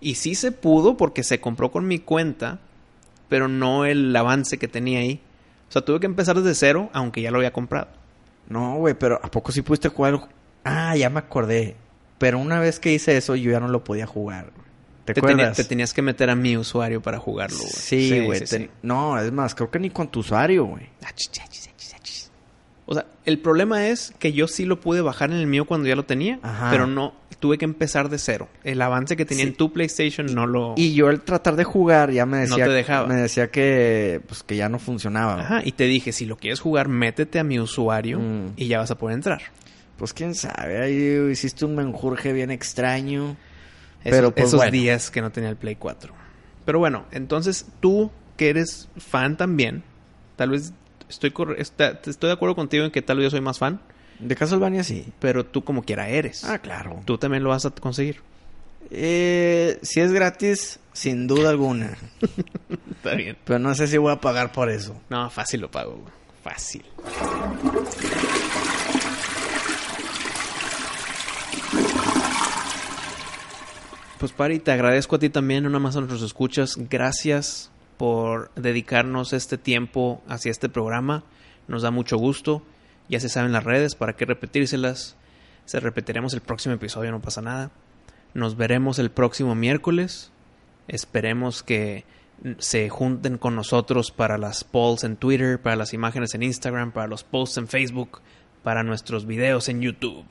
Y sí se pudo porque se compró con mi cuenta, pero no el avance que tenía ahí. O sea, tuve que empezar desde cero, aunque ya lo había comprado. No, güey, pero ¿a poco sí pudiste jugar? el ju- Ah, ya me acordé. Pero una vez que hice eso, yo ya no lo podía jugar. güey. ¿Te, Te, tenía- acuerdas? te tenías que meter a mi usuario para jugarlo, güey. Sí, güey. sí, te- sí. No, es más, creo que ni con tu usuario, güey. Achis, achis, achis, achis. O sea, el problema es que yo sí lo pude bajar en el mío cuando ya lo tenía, Ajá. pero no tuve que empezar de cero. El avance que tenía Sí. en tu PlayStation no lo Y yo al tratar de jugar ya me No decía, te dejaba. me decía que pues que ya no funcionaba. güey. Ajá, y te dije, si lo quieres jugar, métete a mi usuario Mm. y ya vas a poder entrar. Pues quién sabe, ahí hiciste un menjurje bien extraño. Pero Pero, pues, esos bueno. días que no tenía el Play 4. Pero bueno, entonces tú que eres fan también, tal vez estoy corre- está- estoy de acuerdo contigo en que tal vez yo soy más fan, De Castlevania sí. pero tú como quiera eres. Ah, claro. Tú también lo vas a conseguir. Eh, si es gratis, sin duda alguna. Está bien. Pero no sé si voy a pagar por eso. No, fácil lo pago, güey. Fácil. Pues Pari, te agradezco a ti también, no nada más a nuestros escuchas. Gracias por dedicarnos este tiempo hacia este programa. Nos da mucho gusto. Ya se saben las redes, ¿para qué repetírselas? Se repetiremos el próximo episodio, no pasa nada. Nos veremos el próximo miércoles. Esperemos que se junten con nosotros para las polls en Twitter, para las imágenes en Instagram, para los posts en Facebook, para nuestros videos en YouTube.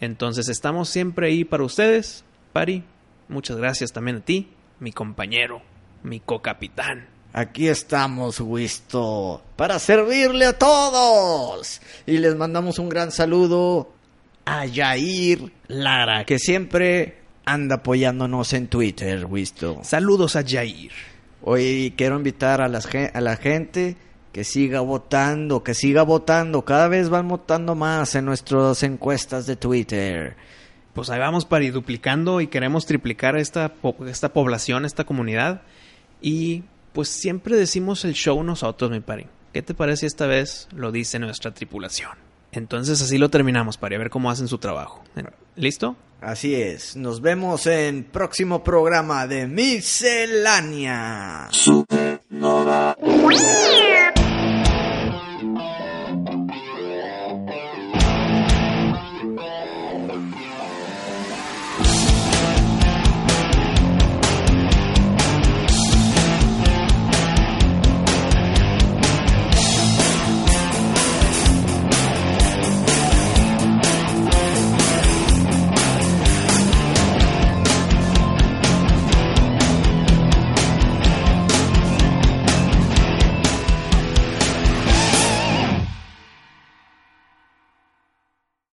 Entonces estamos siempre ahí para ustedes. Pari, muchas gracias también a ti, mi compañero, mi co-capitán. Aquí estamos, Wisto, para servirle a todos. Y les mandamos un gran saludo a Yair Lara, que siempre anda apoyándonos en Twitter, Wisto. Saludos a Jair. Hoy quiero invitar a, las gen- a la gente que siga votando, que siga votando. Cada vez van votando más en nuestras encuestas de Twitter. Pues ahí vamos, Pari, duplicando y queremos triplicar esta, po- esta población, esta comunidad. Y pues siempre decimos el show nosotros, mi Pari. ¿Qué te parece si esta vez lo dice nuestra tripulación? Entonces así lo terminamos para ver cómo hacen su trabajo. ¿Listo? Así es. Nos vemos en próximo programa de Miscelánea. Supernova.